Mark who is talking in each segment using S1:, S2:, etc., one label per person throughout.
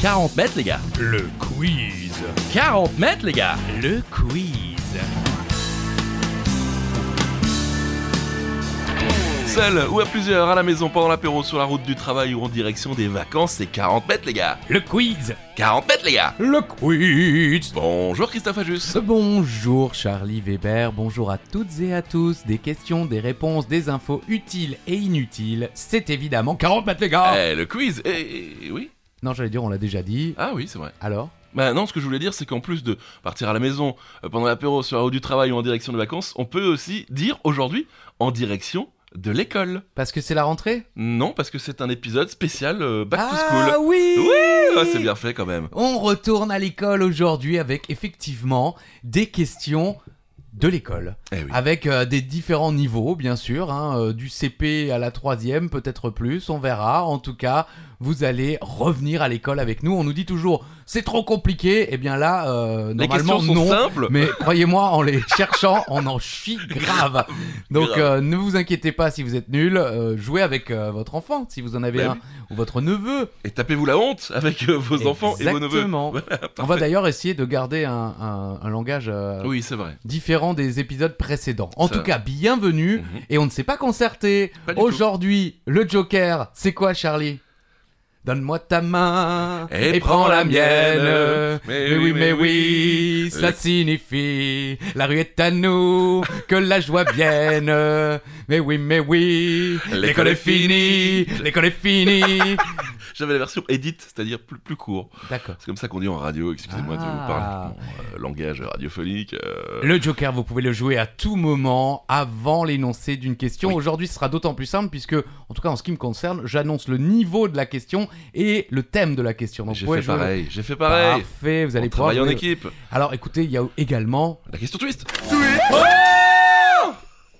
S1: 40 mètres, les gars.
S2: Le quiz.
S1: 40 mètres, les gars.
S2: Le quiz.
S1: Seul ou à plusieurs, à la maison, pendant l'apéro, sur la route du travail ou en direction des vacances, c'est 40 mètres, les gars.
S2: Le quiz.
S1: 40 mètres, les gars.
S2: Le quiz.
S1: Bonjour, Christophe Ajus.
S3: Bonjour Charlie Weber, bonjour à toutes et à tous. Des questions, des réponses, des infos utiles et inutiles. C'est évidemment 40 mètres les gars
S1: Eh, le quiz. Eh, eh, oui.
S3: Non j'allais dire on l'a déjà dit.
S1: Ah oui, c'est vrai.
S3: Alors
S1: Bah non, ce que je voulais dire, c'est qu'en plus de partir à la maison euh, pendant l'apéro, sur la route du travail ou en direction des vacances, on peut aussi dire aujourd'hui en direction de l'école.
S3: Parce que c'est la rentrée
S1: Non, parce que c'est un épisode spécial euh, Back to
S3: Ah
S1: School.
S3: oui
S1: Oui, ah, c'est bien fait quand même.
S3: On retourne à l'école aujourd'hui avec effectivement des questions de l'école.
S1: Eh oui.
S3: Avec euh, des différents niveaux, bien sûr, hein, euh, du CP à la troisième, peut-être plus, on verra. En tout cas, vous allez revenir à l'école avec nous. On nous dit toujours, c'est trop compliqué. Eh bien là, euh,
S1: Les questions
S3: normalement,
S1: sont
S3: non.
S1: simples.
S3: Mais croyez-moi, en les cherchant, on en chie grave. Donc
S1: Grave.
S3: euh, ne vous inquiétez pas si vous êtes nul. euh, jouez avec euh, votre enfant, si vous en avez
S1: Bah
S3: un, ou votre neveu.
S1: Et tapez-vous la honte avec euh, vos enfants et vos neveux.
S3: Exactement. on va d'ailleurs essayer de garder un, un- un langage euh,
S1: Oui, c'est vrai.
S3: différent des épisodes précédents. En
S1: Ça
S3: tout
S1: va.
S3: cas, bienvenue.
S1: Mhm.
S3: Et on ne s'est pas concerté.
S1: Pas du tout.
S3: Aujourd'hui, le Joker, c'est quoi, Charlie Donne-moi ta main
S1: Et prends la mienne. Eh
S3: Mais, oui, mais oui, ça
S1: Le-
S3: signifie la rue est à nous, que la joie vienne. Mais oui, mais oui, l'école est finie, l'école est finie.
S1: J'avais la version edit, c'est-à-dire plus, plus court.
S3: D'accord.
S1: C'est comme ça qu'on dit en radio, excusez-moi de vous
S3: Ah.
S1: parler de mon euh, langage radiophonique. euh,
S3: Le Joker, vous pouvez le jouer à tout moment avant l'énoncé d'une question.
S1: Oui.
S3: Aujourd'hui, ce sera d'autant plus simple puisque, en tout cas en ce qui me concerne, j'annonce le niveau de la question et le thème de la question. Donc,
S1: J'ai
S3: vous pouvez
S1: fait
S3: jouer.
S1: pareil, j'ai fait pareil.
S3: Parfait, vous allez
S1: On
S3: pouvoir.
S1: travaille en
S3: jouer.
S1: équipe.
S3: Alors, écoutez, il y a également,
S1: La question twist. Oh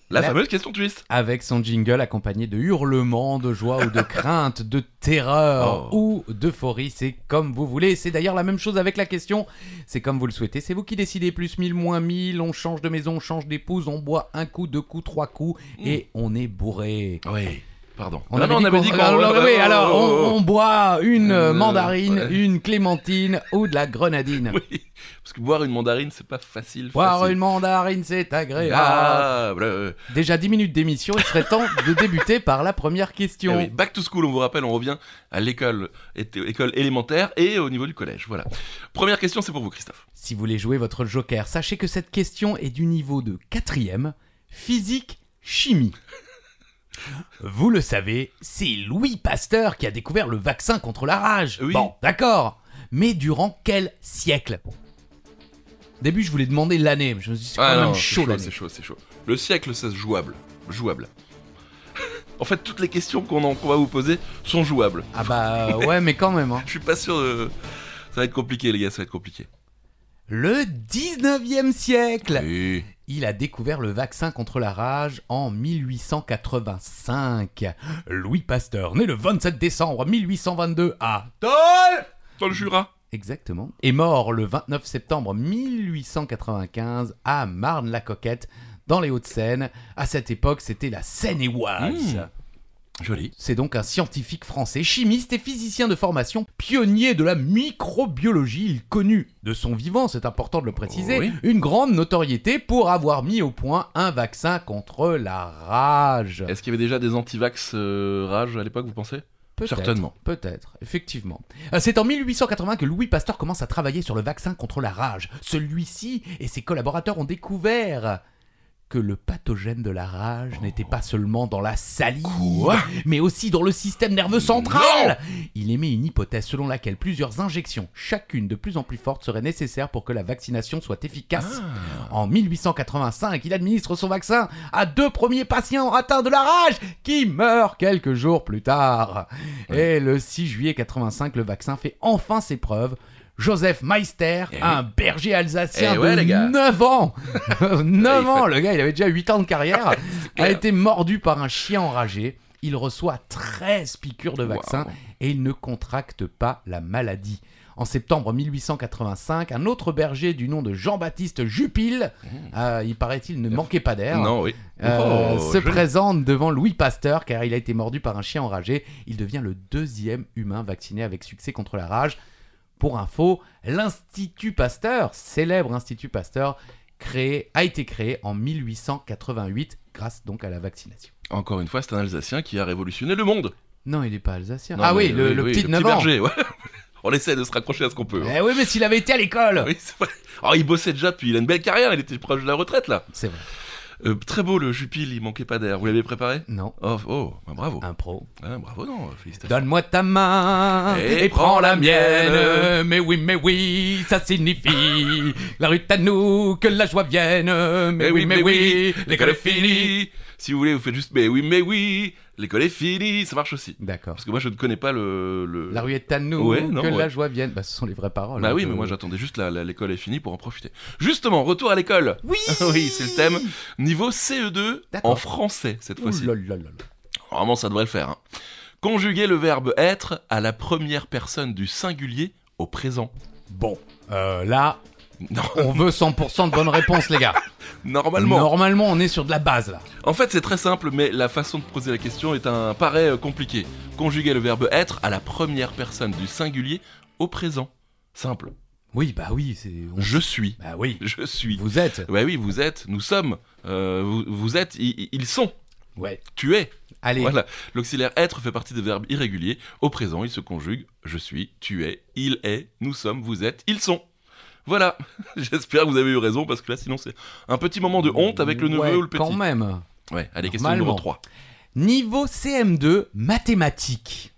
S1: La,
S3: La-
S1: fameuse question twist.
S3: avec son jingle accompagné de hurlements, de joie ou de crainte, de terreur
S1: Oh.
S3: ou d'euphorie, c'est comme vous voulez. C'est d'ailleurs la même chose avec la question. C'est comme vous le souhaitez. C'est vous qui décidez. Plus 1000, moins 1000. On change de maison, on change d'épouse, on boit un coup, deux coups, trois coups et on est bourré.
S1: Oui. Pardon.
S3: On
S1: Mm. Non,
S3: avait
S1: non,
S3: dit
S1: on avait
S3: qu'on-
S1: dit qu'on. Oh,
S3: alors,
S1: ouais,
S3: oui,
S1: ouais,
S3: alors
S1: ouais,
S3: on,
S1: ouais, ouais.
S3: on boit une euh,
S1: Euh,
S3: mandarine,
S1: ouais.
S3: une clémentine ou de la grenadine.
S1: oh. Oui. Parce que boire une mandarine, c'est pas facile.
S3: Boire
S1: facile.
S3: une mandarine, c'est agréable.
S1: Ah, bleu.
S3: Déjà 10 minutes d'émission, il serait temps de débuter par la première
S1: Eh
S3: question.
S1: oui, Back to school, on vous rappelle, on revient à l'école, et- école élémentaire et au niveau du collège. Voilà. Première question, c'est pour vous, Christophe.
S3: Si vous voulez jouer votre joker, sachez que cette question est du niveau de quatrième, physique, chimie. Vous le savez, c'est Louis Pasteur qui a découvert le vaccin contre la rage.
S1: Oui.
S3: Bon, d'accord. Mais durant quel siècle Début, je voulais demander l'année, mais je me suis dit, c'est quand même
S1: Ah, non, c'est
S3: chaud l'année.
S1: c'est chaud, c'est chaud. Le siècle, c'est jouable, jouable. en fait, toutes les questions qu'on en- qu'on va vous poser sont jouables.
S3: Ah bah euh, ouais, mais quand même. hein.
S1: Je suis pas sûr de. Ça va être compliqué, les gars, ça va être compliqué.
S3: Le 19e siècle
S1: Oui.
S3: Il a découvert le vaccin contre la rage en 1885. Louis Pasteur, né le 27 décembre 1822 à Dole
S1: Dans le Jura.
S3: Exactement. Et mort le 29 septembre 1895 à Marne-la-Coquette, dans les Hauts-de-Seine. À cette époque, c'était la Seine-et-Oise.
S1: Mmh. Joli.
S3: C'est donc un scientifique français, chimiste et physicien de formation, pionnier de la microbiologie. Il connut de son vivant, c'est important de le préciser,
S1: Oui.
S3: une grande notoriété pour avoir mis au point un vaccin contre la rage.
S1: Est-ce qu'il y avait déjà des anti-vax euh, rage à l'époque, vous pensez
S3: Peut-être,
S1: certainement.
S3: Peut-être, effectivement. Euh, C'est en 1880 que Louis Pasteur commence à travailler sur le vaccin contre la rage. Celui-ci et ses collaborateurs ont découvert que le pathogène de la rage n'était pas seulement dans la salive,
S1: Quoi
S3: mais aussi dans le système nerveux central. Il émet une hypothèse selon laquelle plusieurs injections, chacune de plus en plus forte, seraient nécessaires pour que la vaccination soit efficace.
S1: Ah.
S3: En 1885, il administre son vaccin à deux premiers patients atteints de la rage qui meurent quelques jours plus tard. Et le 6 juillet 85, le vaccin fait enfin ses preuves. Joseph Meister,
S1: Eh oui.
S3: un berger alsacien
S1: Eh ouais,
S3: de
S1: les gars.
S3: 9 ans, 9
S1: Il
S3: ans,
S1: fait-
S3: le gars, il avait déjà 8 ans de carrière, a
S1: clair.
S3: été mordu par un chien enragé. Il reçoit 13 piqûres de vaccin
S1: Waouh.
S3: et il ne contracte pas la maladie. En septembre 1885, un autre berger du nom de Jean-Baptiste Jupil, euh, il paraît-il ne manquait pas d'air,
S1: Mmh. Non, oui.
S3: euh,
S1: Oh,
S3: se
S1: joli.
S3: présente devant Louis Pasteur car il a été mordu par un chien enragé. Il devient le deuxième humain vacciné avec succès contre la rage. Pour info, l'Institut Pasteur, célèbre Institut Pasteur, créé, a été créé en 1888 grâce donc à la vaccination.
S1: Encore une fois, c'est un Alsacien qui a révolutionné le monde.
S3: Non, il n'est pas alsacien.
S1: Non,
S3: ah
S1: mais-
S3: oui, le, le petit de 9 ans.
S1: berger, ouais. On essaie de se raccrocher à ce qu'on peut. hein.
S3: Eh oui, mais s'il avait été à l'école
S1: Oui, c'est vrai. Alors, il bossait déjà, puis il a une belle carrière, il était proche de la retraite, là.
S3: C'est vrai.
S1: Euh, très beau le jupil, il manquait pas d'air. Vous l'avez préparé
S3: Non,
S1: Oh, oh, bah, bravo.
S3: un pro.
S1: Ah, bravo, non, félicitations.
S3: Donne-moi ta main
S1: Et prends la
S3: Mais oui, mais oui, ça signifie la rue à nous, que la joie vienne. Mais
S1: Eh
S3: oui, mais oui,
S1: l'école est finie. Si vous voulez, vous faites juste, mais oui, mais oui, l'école est finie, ça marche aussi.
S3: D'accord.
S1: Parce que moi, je ne connais pas le. le-
S3: La rue est à nous,
S1: Euh, Ouais, non,
S3: que
S1: ouais.
S3: la joie vienne. Bah, ce sont les vraies paroles.
S1: Bah
S3: hein,
S1: oui,
S3: je-
S1: mais moi j'attendais juste la- la- l'école est finie pour en profiter. Justement, retour à l'école.
S3: Oui
S1: Oui, c'est le thème. Niveau CE2
S3: D'accord.
S1: en français cette
S3: Ouh
S1: fois-ci.
S3: là là là là.
S1: Vraiment, ça devrait le faire. hein. Conjuguer le verbe être à la première personne du singulier au présent.
S3: Bon, euh, là,
S1: Non,
S3: on veut 100% de bonnes réponses, les gars.
S1: normalement.
S3: Normalement, on est sur de la base, là.
S1: En fait, c'est très simple, mais la façon de poser la question est un paraît euh, compliqué. Conjuguer le verbe être à la première personne du singulier au présent. Simple.
S3: Oui, bah oui, c'est... on-
S1: Je suis.
S3: Bah oui,
S1: Je suis.
S3: vous êtes.
S1: Ouais, oui, vous êtes. Nous sommes. euh, vous, vous êtes. i- i- ils sont.
S3: Ouais.
S1: Tu es.
S3: Allez,
S1: Voilà. L'auxiliaire être fait partie des verbes irréguliers. Au présent, il se conjugue je suis, tu es, il est, nous sommes, vous êtes, ils sont. Voilà. J'espère que vous avez eu raison parce que là, sinon, c'est un petit moment de honte avec le neveu
S3: Ouais,
S1: ou le petit.
S3: Quand même.
S1: Ouais, allez, question numéro
S3: Normalement.
S1: 3.
S3: Niveau CM2, mathématiques.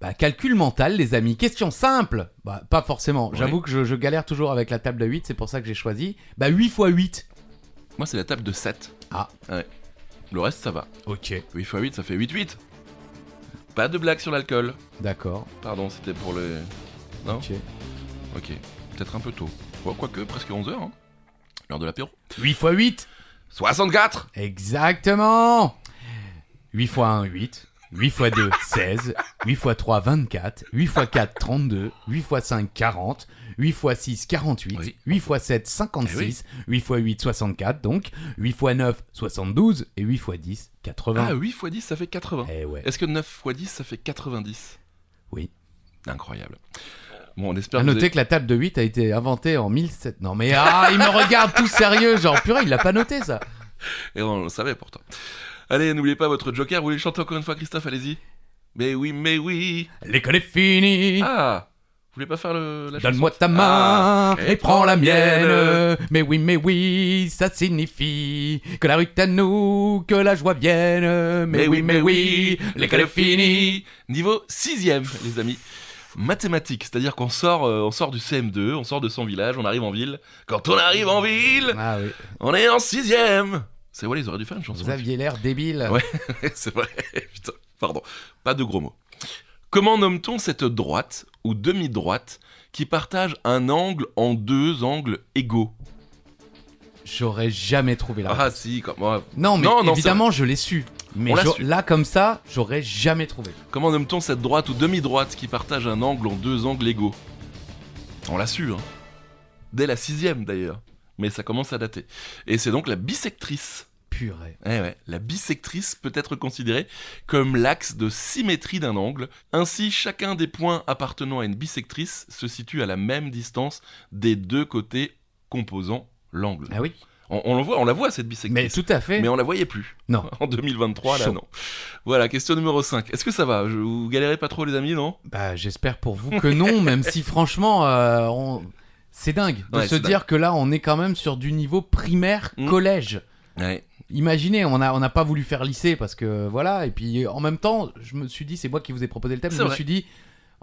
S3: Bah, calcul mental, les amis. Question simple. Bah, pas forcément.
S1: Ouais.
S3: J'avoue que je, je galère toujours avec la table de 8, c'est pour ça que j'ai choisi. Bah, 8 x 8.
S1: Moi, c'est la table de 7.
S3: Ah.
S1: Ouais. Le reste, ça va.
S3: Ok.
S1: 8 x 8, ça fait 8-8. Pas de blague sur l'alcool.
S3: D'accord.
S1: Pardon, c'était pour le. Non
S3: Ok.
S1: Ok. Peut-être un peu tôt. Ouais, Quoique, presque 11h. Hein. L'heure de l'apéro.
S3: 8 x 8.
S1: 64
S3: Exactement 8 x 1, 8. 8 x 2, 16. 8 x 3, 24. 8 x 4, 32. 8 x 5, 40. 8 x 6, 48.
S1: Oui. Eh
S3: 8 x 7, 56. 8 x 8, 64. Donc 8 x 9, 72. Et 8 x 10, 80.
S1: Ah, 8 x 10, ça fait 80.
S3: Eh ouais.
S1: Est-ce que 9 x 10, ça fait 90
S3: Oui.
S1: Incroyable. Bon, on espère
S3: À
S1: que vous
S3: noter
S1: avez-
S3: que la table de 8 a été inventée en 1700. Non mais ah, il me regarde tout sérieux, genre purée, il l'a pas noté ça.
S1: Et Eh, on le savait pourtant. Allez, n'oubliez pas votre joker. Vous voulez le chanter encore une fois, Christophe Allez-y. Mais oui, mais oui.
S3: L'école est finie.
S1: Ah Vous voulez pas faire le... la chanson
S3: Donne-moi ta main
S1: Ah,
S3: et prends la mienne. Mais oui, mais oui, ça signifie que la rue est à nous, que la joie vienne. Mais, oui, mais oui, l'école est finie.
S1: Niveau 6ème, les amis. Mathématiques, c'est-à-dire qu'on sort, euh, on sort du CM2, on sort de son village, on arrive en ville. Quand on arrive en ville,
S3: Ah oui,
S1: on est en 6ème C'est ouais, ils auraient dû faire une chanson.
S3: vous aviez l'air débile.
S1: Ouais. C'est vrai, putain, pardon, pas de gros mots. Comment nomme-t-on cette droite ou demi-droite qui partage un angle en deux angles égaux
S3: J'aurais jamais trouvé la. réponse.
S1: Ah si, comment, ouais.
S3: Non, mais
S1: non, non,
S3: évidemment, je l'ai su. Mais
S1: On l'a
S3: j'aurais-
S1: su.
S3: là, comme ça, j'aurais jamais trouvé.
S1: comment nomme-t-on cette droite ou demi-droite qui partage un angle en deux angles égaux On l'a su, hein. Dès la sixième d'ailleurs. Mais ça commence à dater. Et c'est donc la bisectrice.
S3: Purée.
S1: Eh ouais, la bisectrice peut être considérée comme l'axe de symétrie d'un angle. Ainsi, chacun des points appartenant à une bisectrice se situe à la même distance des deux côtés composant l'angle.
S3: Ah oui,
S1: On, on le voit, on la voit cette
S3: mais
S1: bisectrice,
S3: tout à fait.
S1: mais, on la voyait plus.
S3: Non.
S1: En 2023, là,
S3: Chaud.
S1: non. Voilà, question numéro 5. Est-ce que ça va Je- Vous galérez pas trop, les amis, non
S3: Bah, j'espère pour vous que non, même si franchement, euh, on- c'est dingue de
S1: Ouais,
S3: se
S1: c'est
S3: dire que là, on est quand même sur du niveau primaire,
S1: Mm.
S3: collège.
S1: Ouais.
S3: Imaginez, on n'a on n'a pas voulu faire lycée parce que voilà, et puis en même temps, je me suis dit, c'est moi qui vous ai proposé le thème,
S1: C'est
S3: je me
S1: vrai.
S3: suis dit,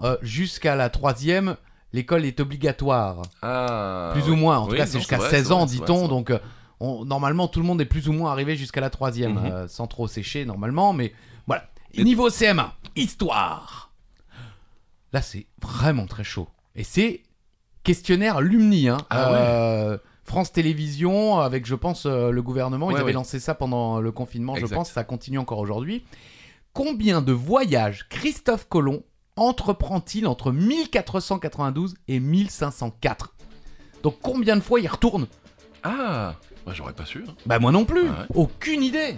S3: euh, jusqu'à la troisième, l'école est obligatoire,
S1: Ah.
S3: plus
S1: ouais.
S3: ou moins, en tout
S1: Oui,
S3: cas
S1: non,
S3: c'est jusqu'à
S1: vrai,
S3: 16
S1: c'est vrai,
S3: ans,
S1: c'est vrai,
S3: dit-on,
S1: c'est vrai.
S3: donc euh, on- normalement tout le monde est plus ou moins arrivé jusqu'à la troisième,
S1: Mhm.
S3: euh, sans trop sécher normalement, mais voilà.
S1: Et-
S3: Niveau CM1, histoire. Là c'est vraiment très chaud. Et c'est questionnaire Lumni, hein.
S1: Ah
S3: Euh, France Télévisions, avec je pense euh, le gouvernement, ils
S1: Ouais,
S3: avaient
S1: ouais.
S3: lancé ça pendant le confinement, je
S1: Exact.
S3: pense, ça continue encore aujourd'hui. Combien de voyages Christophe Colomb entreprend-il entre 1492 et 1504 Donc combien de fois il retourne
S1: Ah. Bah, j'aurais pas su. hein.
S3: Bah moi non plus,
S1: Ah ouais.
S3: aucune idée.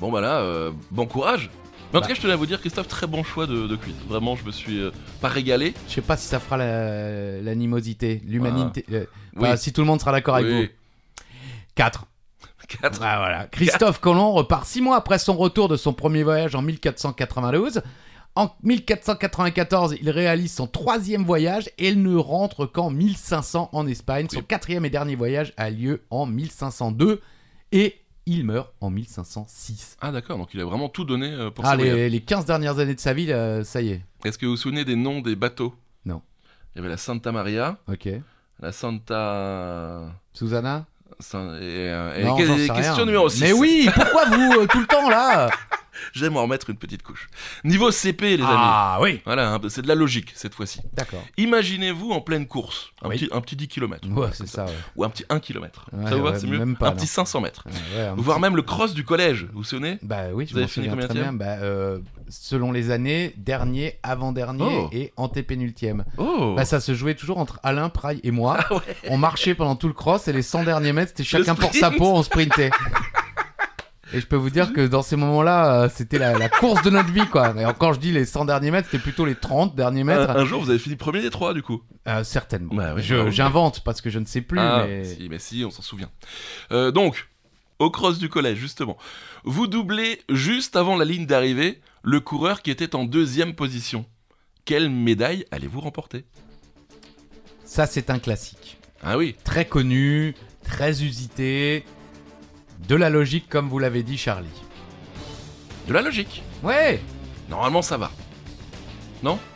S1: Bon, bah là, euh, bon courage. Mais en tout cas, je tenais à vous dire, Christophe, très bon choix de, de quiz. Vraiment, je me suis euh, pas régalé.
S3: Je sais pas si ça fera la- l'animosité, l'humanité. euh,
S1: Oui.
S3: voilà, si tout le monde sera d'accord avec
S1: Oui.
S3: vous. 4.
S1: Quatre.
S3: Ah, voilà. Christophe Colomb repart 6 mois après son retour de son premier voyage en 1492. En 1494, il réalise son troisième voyage et il ne rentre qu'en 1500 en Espagne. Son
S1: Oui.
S3: quatrième et dernier voyage a lieu en 1502 et il meurt en 1506.
S1: Ah d'accord, donc il a vraiment tout donné euh, pour
S3: Ah,
S1: ce voyage.
S3: les, les 15 dernières années de sa vie, là, ça y est.
S1: Est-ce que vous vous souvenez des noms des bateaux
S3: Non.
S1: Il y avait la Santa Maria,
S3: Ok.
S1: la Santa...
S3: Susanna
S1: Saint- Et, euh, et
S3: Non,
S1: que-
S3: j'en sais
S1: question
S3: rien.
S1: numéro 6.
S3: Mais oui, pourquoi vous euh, tout le temps là
S1: J'aime en remettre une petite couche. Niveau CP, les amis.
S3: Ah oui,
S1: Voilà, hein, c'est de la logique cette fois-ci.
S3: d'accord.
S1: Imaginez-vous en pleine course, un,
S3: Oui.
S1: petit, un petit 10 km.
S3: Ouais, c'est ça. ouais.
S1: Ou un petit 1 km.
S3: Ouais,
S1: ça vous va,
S3: ouais,
S1: c'est mieux
S3: même pas,
S1: Un petit
S3: non.
S1: 500 mètres.
S3: Ouais, un
S1: Voire
S3: petit-
S1: même le cross du collège, vous vous souvenez
S3: Bah oui, je
S1: Vous avez
S3: m'en
S1: fini
S3: souviens très bien.
S1: combien
S3: Bah, euh, selon les années, dernier, avant-dernier
S1: Oh.
S3: et antépénultième.
S1: Oh
S3: Bah, ça se jouait toujours entre Alain, Praille et moi.
S1: Ah ouais.
S3: On marchait pendant tout le cross et les 100 derniers mètres, c'était chacun pour sa
S1: sprint.
S3: peau, on sprintait. Et je peux vous dire que dans ces moments-là, euh, c'était la, la course de notre vie, quoi. Et quand je dis les 100 derniers mètres, c'était plutôt les 30 derniers
S1: un,
S3: mètres.
S1: un jour, vous avez fini premier des trois, du coup.
S3: Euh, certainement.
S1: Euh, Bah oui,
S3: Je-
S1: bah oui.
S3: J'invente parce que je ne sais plus.
S1: ah,
S3: mais...
S1: si, mais si, on s'en souvient. Euh, donc, au cross du collège, justement, vous doublez juste avant la ligne d'arrivée le coureur qui était en deuxième position. Quelle médaille allez-vous remporter
S3: Ça, c'est un classique.
S1: Ah oui,
S3: Très connu, très usité. De la logique, comme vous l'avez dit, Charlie.
S1: de la logique.
S3: Ouais
S1: Normalement, ça va.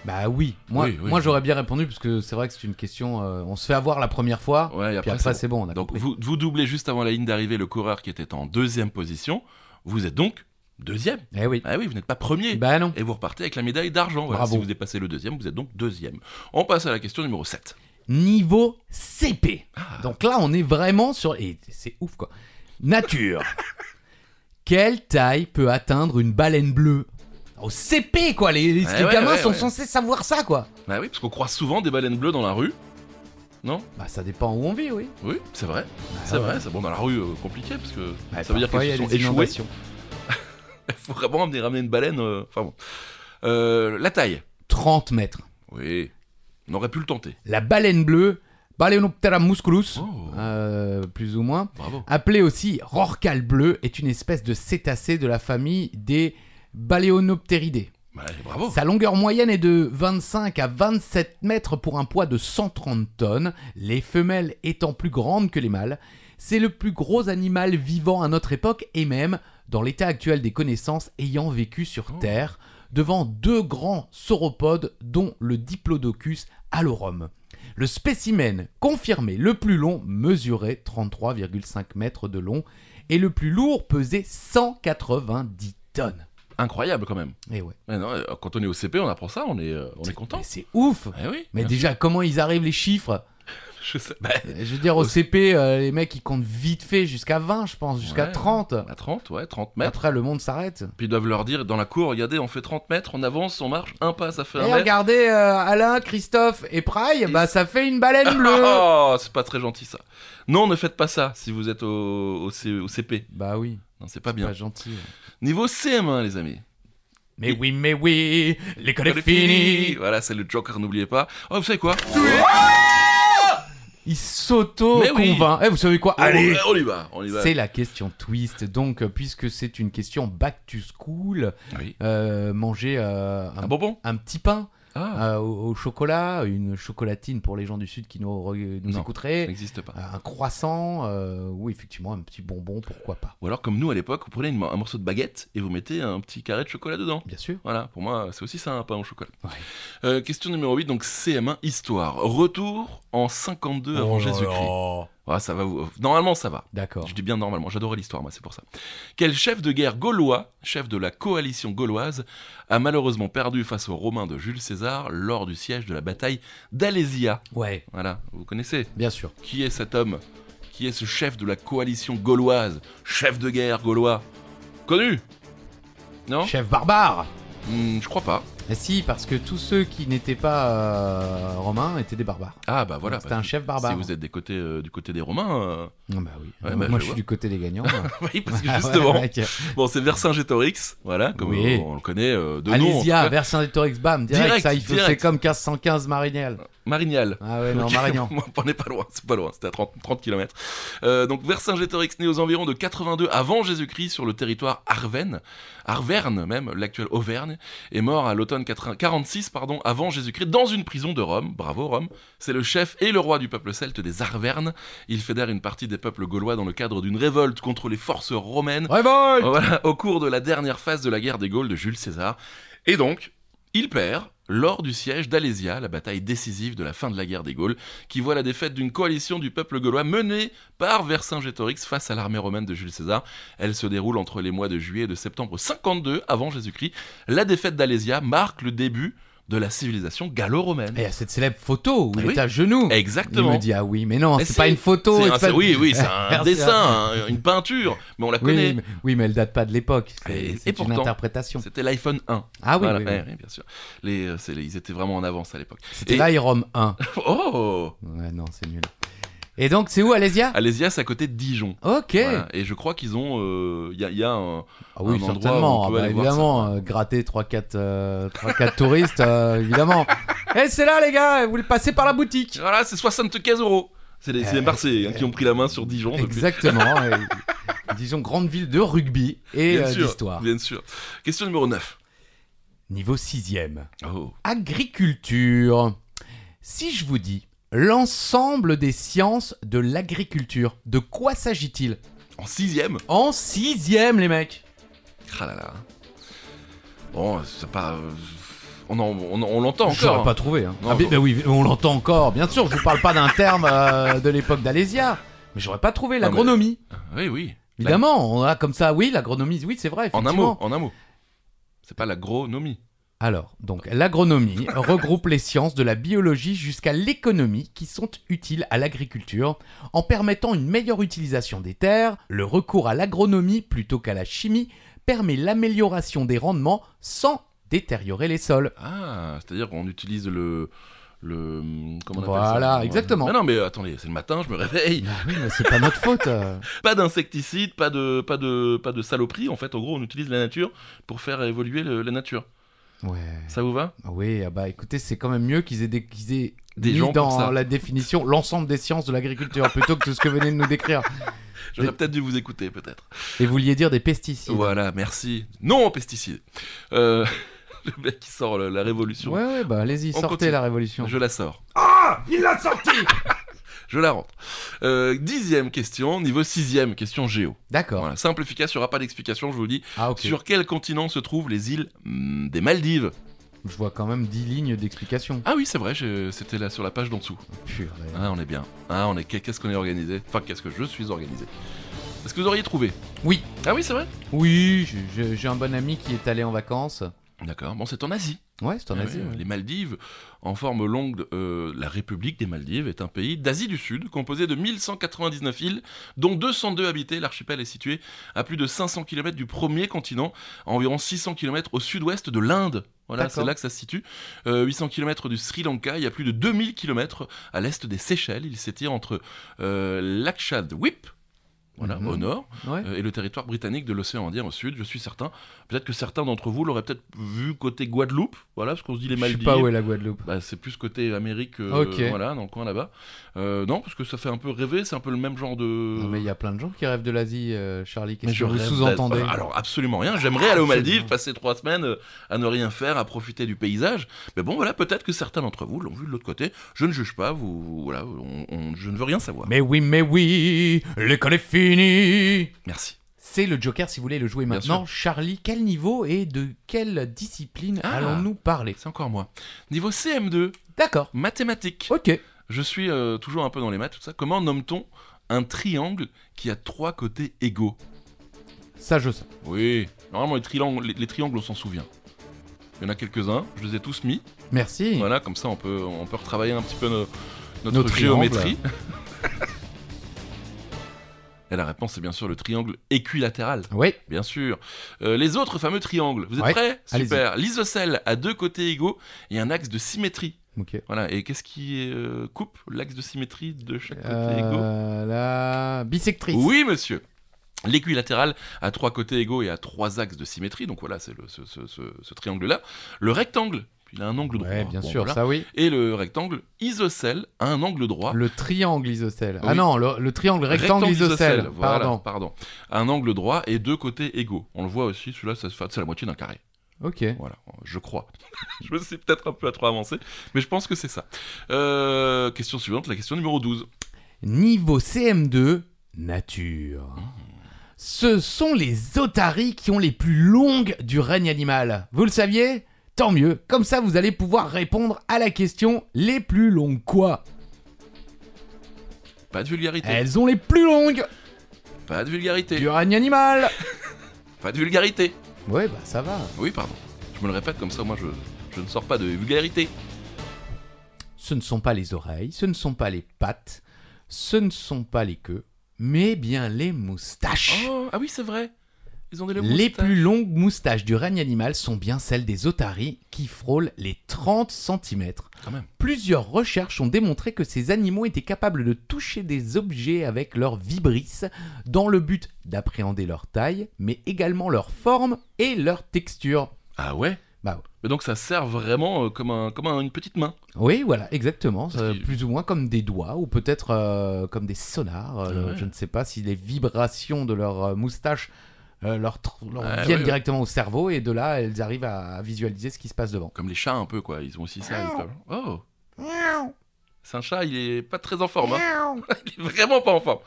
S3: Bah oui. Moi,
S1: Oui, oui.
S3: moi j'aurais bien répondu, parce que c'est vrai que c'est une question. euh, on se fait avoir la première fois,
S1: Ouais, et
S3: puis
S1: après,
S3: après,
S1: c'est
S3: c'est bon. on a
S1: bon. Donc,
S3: compris.
S1: vous, vous doublez juste avant la ligne d'arrivée le coureur qui était en deuxième position. Vous êtes donc deuxième.
S3: Eh oui.
S1: Ah oui, vous n'êtes pas premier.
S3: Bah non.
S1: Et vous repartez avec la médaille d'argent. Voilà,
S3: Bravo.
S1: si vous dépassez le deuxième, vous êtes donc deuxième. On passe à la question numéro 7.
S3: Niveau CP.
S1: Ah.
S3: Donc là, on est vraiment sur. Et c'est ouf, quoi. Nature. Quelle taille peut atteindre une baleine bleue Au CP, quoi. Les, les-
S1: Ouais,
S3: les
S1: Eh ouais,
S3: gamins
S1: ouais,
S3: sont
S1: ouais.
S3: censés savoir ça, quoi.
S1: Ah oui, parce qu'on croise souvent des baleines bleues dans la rue. Non
S3: Bah ça dépend où on vit, oui.
S1: Oui, c'est vrai. c'est
S3: Ah ouais.
S1: vrai. C'est bon dans la rue, euh, compliqué parce que
S3: Bah,
S1: ça veut dire
S3: parfois, il y a
S1: qu'elles se sont
S3: des
S1: échouées.
S3: inondations.
S1: Il faut vraiment amener ramener une baleine. euh, Enfin bon. Euh, la taille.
S3: 30 mètres.
S1: Oui. On aurait pu le tenter.
S3: La baleine bleue, Balaenoptera musculus,
S1: Oh.
S3: euh, plus ou moins,
S1: Bravo.
S3: appelée aussi rorqual bleu, est une espèce de cétacé de la famille des Balaenopteridés.
S1: Bah, bravo.
S3: Sa longueur moyenne est de 25 à 27 mètres pour un poids de 130 tonnes, les femelles étant plus grandes que les mâles. C'est le plus gros animal vivant à notre époque et même, dans l'état actuel des connaissances, ayant vécu sur Terre, devant deux grands sauropodes dont le Diplodocus alorum. Le spécimen confirmé le plus long mesurait 33,5 mètres de long et le plus lourd pesait 190 tonnes.
S1: Incroyable quand même.
S3: Et ouais,
S1: Mais non, euh, quand on est au CP, on apprend ça, on est, euh, on est content.
S3: mais c'est ouf
S1: Eh oui.
S3: Mais
S1: bien
S3: déjà, comment ils arrivent les chiffres
S1: sûr, je sais. Bah,
S3: Euh, Je veux dire, au CP, euh, les mecs, ils comptent vite fait jusqu'à 20, je pense, jusqu'à
S1: Ouais.
S3: 30.
S1: à 30, ouais, 30
S3: Mais
S1: mètres.
S3: après, le monde s'arrête.
S1: Puis ils doivent leur dire dans la cour, regardez, on fait 30 mètres, on avance, on marche, un pas, ça fait
S3: Et
S1: un mètre.
S3: regardez, euh, Alain, Christophe et Praille, bah ça fait une baleine bleue
S1: Oh, c'est pas très gentil ça. Non, ne faites pas ça si vous êtes au, au C- au CP.
S3: Bah oui,
S1: Non, c'est pas
S3: c'est
S1: bien.
S3: pas gentil.
S1: Niveau CM1, les amis.
S3: Mais oui, mais oui, l'école est
S1: Fini.
S3: finie
S1: Voilà, c'est le Joker, n'oubliez pas. Oh, vous savez quoi
S3: Il s'auto-convainc. Eh, vous savez quoi
S1: On-
S3: Allez
S1: ben, On y va, on y Oh. Ah, va.
S3: C'est la question twist, donc euh, puisque c'est une question back to school,
S1: Oui. Ah
S3: euh, manger euh, un,
S1: Un bonbon
S3: un petit pain
S1: Ah,
S3: Euh, au, au chocolat, une chocolatine pour les gens du Sud qui nous, re- nous
S1: Non. ça
S3: écouteraient,
S1: n'existe pas.
S3: euh, un croissant, euh, ou effectivement un petit bonbon, pourquoi pas.
S1: Ou alors, comme nous à l'époque, vous prenez une- un morceau de baguette et vous mettez un petit carré de chocolat dedans.
S3: Bien sûr.
S1: Voilà, pour moi, c'est aussi ça, un pain au chocolat.
S3: Ouais.
S1: Euh, question numéro 8, donc CM1, histoire. Retour en 52
S3: Oh
S1: avant Jésus-Christ. Ah, ça va vous... Normalement, ça va.
S3: D'accord.
S1: Je dis bien normalement, j'adorais l'histoire, moi, c'est pour ça. Quel chef de guerre gaulois, chef de la coalition gauloise, a malheureusement perdu face aux Romains de Jules César lors du siège de la bataille d'Alésia
S3: Ouais,
S1: Voilà, vous connaissez.
S3: bien sûr.
S1: Qui est cet homme Qui est ce chef de la coalition gauloise Chef de guerre gaulois Connu Non
S3: Chef barbare
S1: Hmm, Je crois pas.
S3: Eh Si, parce que tous ceux qui n'étaient pas euh, Romains étaient des barbares.
S1: Ah bah voilà.
S3: Donc, C'était
S1: bah,
S3: un chef barbare.
S1: Si vous êtes des côtés, euh, du côté des Romains, euh,
S3: Ah bah oui.
S1: Ouais,
S3: Euh, moi,
S1: bah, je
S3: je suis
S1: vois.
S3: du côté des gagnants. moi.
S1: oui, parce que
S3: Ah ouais,
S1: justement,
S3: mec.
S1: bon, c'est Vercingétorix, voilà, comme
S3: Oui.
S1: on, on le connaît euh, de nom. en tout
S3: Alésia,
S1: cas.
S3: Vercingétorix, bam, direct,
S1: Direct,
S3: ça, il faut-
S1: direct.
S3: c'est comme 1515 Marignal.
S1: Marignal.
S3: Ah ouais, non,
S1: Ok,
S3: Marignan.
S1: on n'est pas loin, c'est pas loin, c'était à 30, 30 km. Euh, donc Vercingétorix né aux environs de 82 avant Jésus-Christ sur le territoire Arvenne, Arverne même, l'actuelle Auvergne, est mort à l'automne 80 46 pardon, avant Jésus-Christ dans une prison de Rome. Bravo Rome, c'est le chef et le roi du peuple celte des Arvernes. Il fédère une partie des peuples gaulois dans le cadre d'une révolte contre les forces romaines
S3: Révolte
S1: voilà, au cours de la dernière phase de la guerre des Gaules de Jules César. Et donc, il perd lors du siège d'Alésia, la bataille décisive de la fin de la guerre des Gaules, qui voit la défaite d'une coalition du peuple gaulois menée par Vercingétorix face à l'armée romaine de Jules César. Elle se déroule entre les mois de juillet et de septembre 52 avant Jésus-Christ. La défaite d'Alésia marque le début de la civilisation gallo-romaine.
S3: Et il y a Eh, cette célèbre photo où il
S1: Oui.
S3: est à genoux. Eh, Il
S1: Exactement.
S3: me dit, ah oui, mais non,
S1: Mais
S3: c'est
S1: si,
S3: pas une photo.
S1: C'est un-
S3: c'est pas-
S1: Oui, oui, c'est un
S3: Merci. hein.
S1: dessin, un- une peinture, mais on la
S3: Oui,
S1: connaît.
S3: mais, oui, mais elle date pas de l'époque. C'est
S1: Et-
S3: c'est
S1: et
S3: une
S1: pourtant,
S3: interprétation.
S1: C'était l'iPhone 1.
S3: Ah oui,
S1: Voilà,
S3: oui, oui.
S1: ouais, ouais, bien sûr. Les, euh, c'est les- ils étaient vraiment en avance à l'époque.
S3: c'était
S1: Et-
S3: l'Irom 1.
S1: Oh
S3: Ouais, non, c'est nul. Et donc, c'est où, Alésia
S1: Alésia, c'est à côté de Dijon.
S3: Ok.
S1: Voilà. Et je crois qu'ils ont. euh, Il y a, il y a un-
S3: Ah oui,
S1: un endroit où
S3: certainement.
S1: on peut
S3: Ah bah,
S1: aller voir
S3: évidemment, euh, gratter 3-4 touristes, euh, évidemment. Eh, c'est là, les gars, vous le passez par la boutique.
S1: Voilà, c'est 75 euros. C'est les, c'est
S3: Eh,
S1: les Marseillais hein, qui ont pris la main sur Dijon depuis.
S3: Exactement. et- disons, grande ville de rugby et
S1: Bien
S3: euh,
S1: sûr,
S3: d'histoire.
S1: Bien sûr. Question numéro 9.
S3: Niveau 6ème.
S1: Oh.
S3: Agriculture. Si je vous dis l'ensemble des sciences de l'agriculture, de quoi s'agit-il
S1: En sixième
S3: En sixième, les mecs
S1: Ah là là. Bon, c'est pas. euh, On, en- on, on l'entend
S3: J'aurais
S1: encore.
S3: pas trouvé. hein.
S1: Non,
S3: Ah, mais-
S1: je-
S3: bah oui, on l'entend encore. Bien sûr, je vous parle pas d'un terme euh, de l'époque d'Alésia. Mais j'aurais pas trouvé
S1: mais-
S3: l'agronomie.
S1: Oui, oui.
S3: Évidemment, on a comme ça, oui, l'agronomie, oui, c'est vrai,
S1: En
S3: effectivement.
S1: un mot, en un mot. C'est pas l'agronomie.
S3: Alors, donc, l'agronomie regroupe les sciences de la biologie jusqu'à l'économie qui sont utiles à l'agriculture en permettant une meilleure utilisation des terres. Le recours à l'agronomie plutôt qu'à la chimie permet l'amélioration des rendements sans détériorer les sols.
S1: Ah, c'est-à-dire qu'on utilise le. le comment on appelle
S3: Voilà,
S1: ça
S3: exactement.
S1: Mais non, mais attendez, c'est le matin, je me réveille.
S3: Bah oui, mais c'est pas notre faute. euh.
S1: Pas d'insecticides, pas de, pas, de, pas de saloperie. En fait, en gros, on utilise la nature pour faire évoluer le- la nature.
S3: Ouais.
S1: Ça vous va
S3: Ah oui, ah bah écoutez, c'est quand même mieux qu'ils aient, dé- qu'ils aient
S1: Des
S3: mis
S1: gens pour
S3: dans
S1: ça.
S3: la définition l'ensemble des sciences de l'agriculture plutôt que tout ce que venez de nous décrire.
S1: J'aurais
S3: Des-
S1: peut-être dû vous écouter, peut-être.
S3: Et vous vouliez dire des pesticides.
S1: Voilà, merci. Non aux pesticides. Euh, le mec qui sort le- la révolution.
S3: Ouais, ouais, bah allez-y,
S1: On
S3: sortez
S1: continue.
S3: la révolution.
S1: Je la sors.
S2: Ah Il l'a sorti
S1: Je la rentre. Euh, dixième question, niveau sixième, question géo.
S3: D'accord.
S1: Voilà, simple, efficace, il n'y aura pas d'explication, je vous le dis.
S3: Ah ok.
S1: Sur quel continent se trouvent les îles hmm, des Maldives
S3: Je vois quand même 10 lignes d'explication.
S1: Ah oui, c'est vrai, je- c'était là sur la page d'en dessous.
S3: Purée.
S1: Ah, on est bien. Ah, on est. Qu'est-ce qu'on est organisé Enfin, qu'est-ce que je suis organisé Est-ce que vous auriez trouvé
S3: Oui.
S1: Ah oui, c'est vrai.
S3: Oui, je- je- j'ai un bon ami qui est allé en vacances.
S1: D'accord. Bon, c'est en Asie.
S3: Ouais, c'est en
S1: Ah
S3: Asie.
S1: oui,
S3: ouais.
S1: Les Maldives, en forme longue, euh, la République des Maldives est un pays d'Asie du Sud composé de 1199 îles, dont 202 habitées. L'archipel est situé à plus de 500 km du premier continent, à environ 600 km au sud-ouest de l'Inde. Voilà,
S3: D'accord.
S1: c'est là que ça se situe. Euh, 800 km du Sri Lanka, il y a plus de 2000 km à l'est des Seychelles. Il s'étire entre euh, Lakshadweep, voilà,
S3: Mhm.
S1: au nord,
S3: Ouais.
S1: euh, et le territoire britannique de l'océan Indien au sud, je suis certain. Peut-être que certains d'entre vous l'auraient peut-être vu côté Guadeloupe, voilà, parce qu'on se dit les
S3: Je sais
S1: Maldives.
S3: pas où est la Guadeloupe.
S1: Bah, c'est plus côté Amérique, euh,
S3: Ok.
S1: voilà, dans le coin là-bas. Euh, non, parce que ça fait un peu rêver, c'est un peu le même genre de.
S3: Non, mais il y a plein de gens qui rêvent de l'Asie, euh, Charlie.
S1: Mais
S3: Qu'est-ce que vous
S1: rêve
S3: sous-entendez
S1: d'être- Alors absolument rien. J'aimerais aller aux Maldives,
S3: Absolument.
S1: passer trois semaines euh, à ne rien faire, à profiter du paysage. Mais bon, voilà, peut-être que certains d'entre vous l'ont vu de l'autre côté. Je ne juge pas. Vous, vous- voilà, on- on- je ne veux rien savoir.
S3: Mais oui, mais oui, l'école est finie.
S1: Merci.
S3: C'est le Joker si vous voulez le jouer
S1: Bien
S3: maintenant. Charlie, quel niveau et de quelle discipline
S1: Ah.
S3: allons-nous parler
S1: C'est encore moi. Niveau CM2,
S3: D'accord.
S1: mathématiques.
S3: Ok.
S1: Je suis euh, toujours un peu dans les maths, tout ça. Comment nomme-t-on un triangle qui a trois côtés égaux
S3: Ça, je sais.
S1: Oui, normalement les, triangles- les, les triangles, on s'en souvient. Il y en a quelques-uns, je les ai tous mis.
S3: Merci.
S1: Voilà, comme ça on peut, on peut retravailler un petit peu no- notre
S3: Hmm. Nos triangles.
S1: géométrie. Et la réponse est bien sûr le triangle équilatéral,
S3: Oui.
S1: bien sûr. Euh, les autres fameux triangles, vous êtes
S3: Ouais,
S1: prêts
S3: allez-y.
S1: Super. L'isocèle a deux côtés égaux et un axe de symétrie.
S3: Ok.
S1: Voilà. Et qu'est-ce qui euh, coupe l'axe de symétrie de chaque côté égaux
S3: Euh, la bisectrice.
S1: Oui, monsieur. L'équilatéral a trois côtés égaux et a trois axes de symétrie, donc voilà, c'est le- ce, ce- ce- ce triangle-là. Le rectangle, il a un angle droit.
S3: Ouais, bien
S1: Bon,
S3: sûr,
S1: voilà.
S3: ça oui.
S1: Et le rectangle isocèle a un angle droit.
S3: Le triangle isocèle. Ah
S1: Oui.
S3: non, le, le triangle rectangle, isocèle.
S1: voilà,
S3: Pardon.
S1: pardon. Un angle droit et deux côtés égaux. On le voit aussi, celui-là, ça se fait- c'est la moitié d'un carré.
S3: Ok.
S1: Voilà, je crois. je me suis peut-être un peu à trop avancé, mais je pense que c'est ça. Euh, question suivante, la question numéro 12.
S3: Niveau CM2, nature. Ce sont les otaries qui ont les plus longues du règne animal. Vous le saviez Tant mieux, comme ça vous allez pouvoir répondre à la question les plus longues quoi
S1: Pas de vulgarité.
S3: Elles ont les plus longues
S1: Pas de vulgarité.
S3: du règne animal
S1: Pas de vulgarité.
S3: Ouais, bah ça va.
S1: Oui, pardon. Je me le répète comme ça, moi je, je ne sors pas de vulgarité.
S3: Ce ne sont pas les oreilles, ce ne sont pas les pattes, ce ne sont pas les queues, mais bien les moustaches.
S1: Oh, ah oui, c'est vrai. Ils ont des
S3: Les plus longues moustaches du règne animal sont bien celles des otaries qui frôlent les 30 cm.
S1: Quand même.
S3: Plusieurs recherches ont démontré que ces animaux étaient capables de toucher des objets avec leurs vibrisses dans le but d'appréhender leur taille, mais également leur forme et leur texture.
S1: Ah ouais
S3: Bah,
S1: Mais donc ça sert vraiment euh, comme, un, comme un- une petite main.
S3: oui, voilà, exactement.
S1: Parce
S3: euh,
S1: que-
S3: Plus ou moins comme des doigts ou peut-être euh, comme des sonars. euh,
S1: Ah ouais.
S3: Je ne sais pas si les vibrations de leurs euh, moustaches euh, leur, tr- leur
S1: Ouais,
S3: viennent
S1: ouais,
S3: directement au cerveau et de là, elles arrivent à à visualiser ce qui se passe devant.
S1: Comme les chats un peu, quoi. Ils ont aussi ça. ils peuvent- Oh C'est un chat, il est pas très en forme. hein. Il est vraiment pas en forme.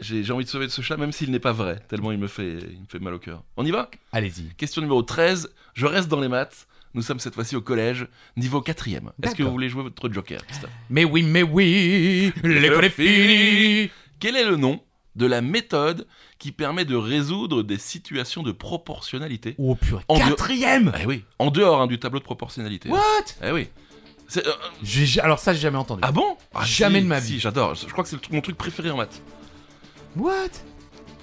S1: J'ai j'ai envie de sauver de ce chat, même s'il n'est pas vrai, tellement il me, fait, il me fait mal au cœur. On y va
S3: Allez-y.
S1: Question numéro 13. Je reste dans les maths. Nous sommes cette fois-ci au collège, niveau 4ème. Est-ce que
S3: D'accord.
S1: vous voulez jouer votre joker, Christophe
S3: Mais oui, mais oui, l'école est finie.
S1: Quel est le nom de la méthode qui permet de résoudre des situations de proportionnalité
S3: Oh purée,
S1: En bio-
S3: quatrième
S1: Eh oui, en dehors hein, du tableau de proportionnalité.
S3: What
S1: eh oui. C'est- euh,
S3: J'ai ja- Alors ça, j'ai jamais entendu.
S1: ah bon Ah,
S3: Jamais
S1: si,
S3: de ma vie.
S1: si, J'adore. Je crois que c'est le truc- mon truc préféré en maths.
S3: What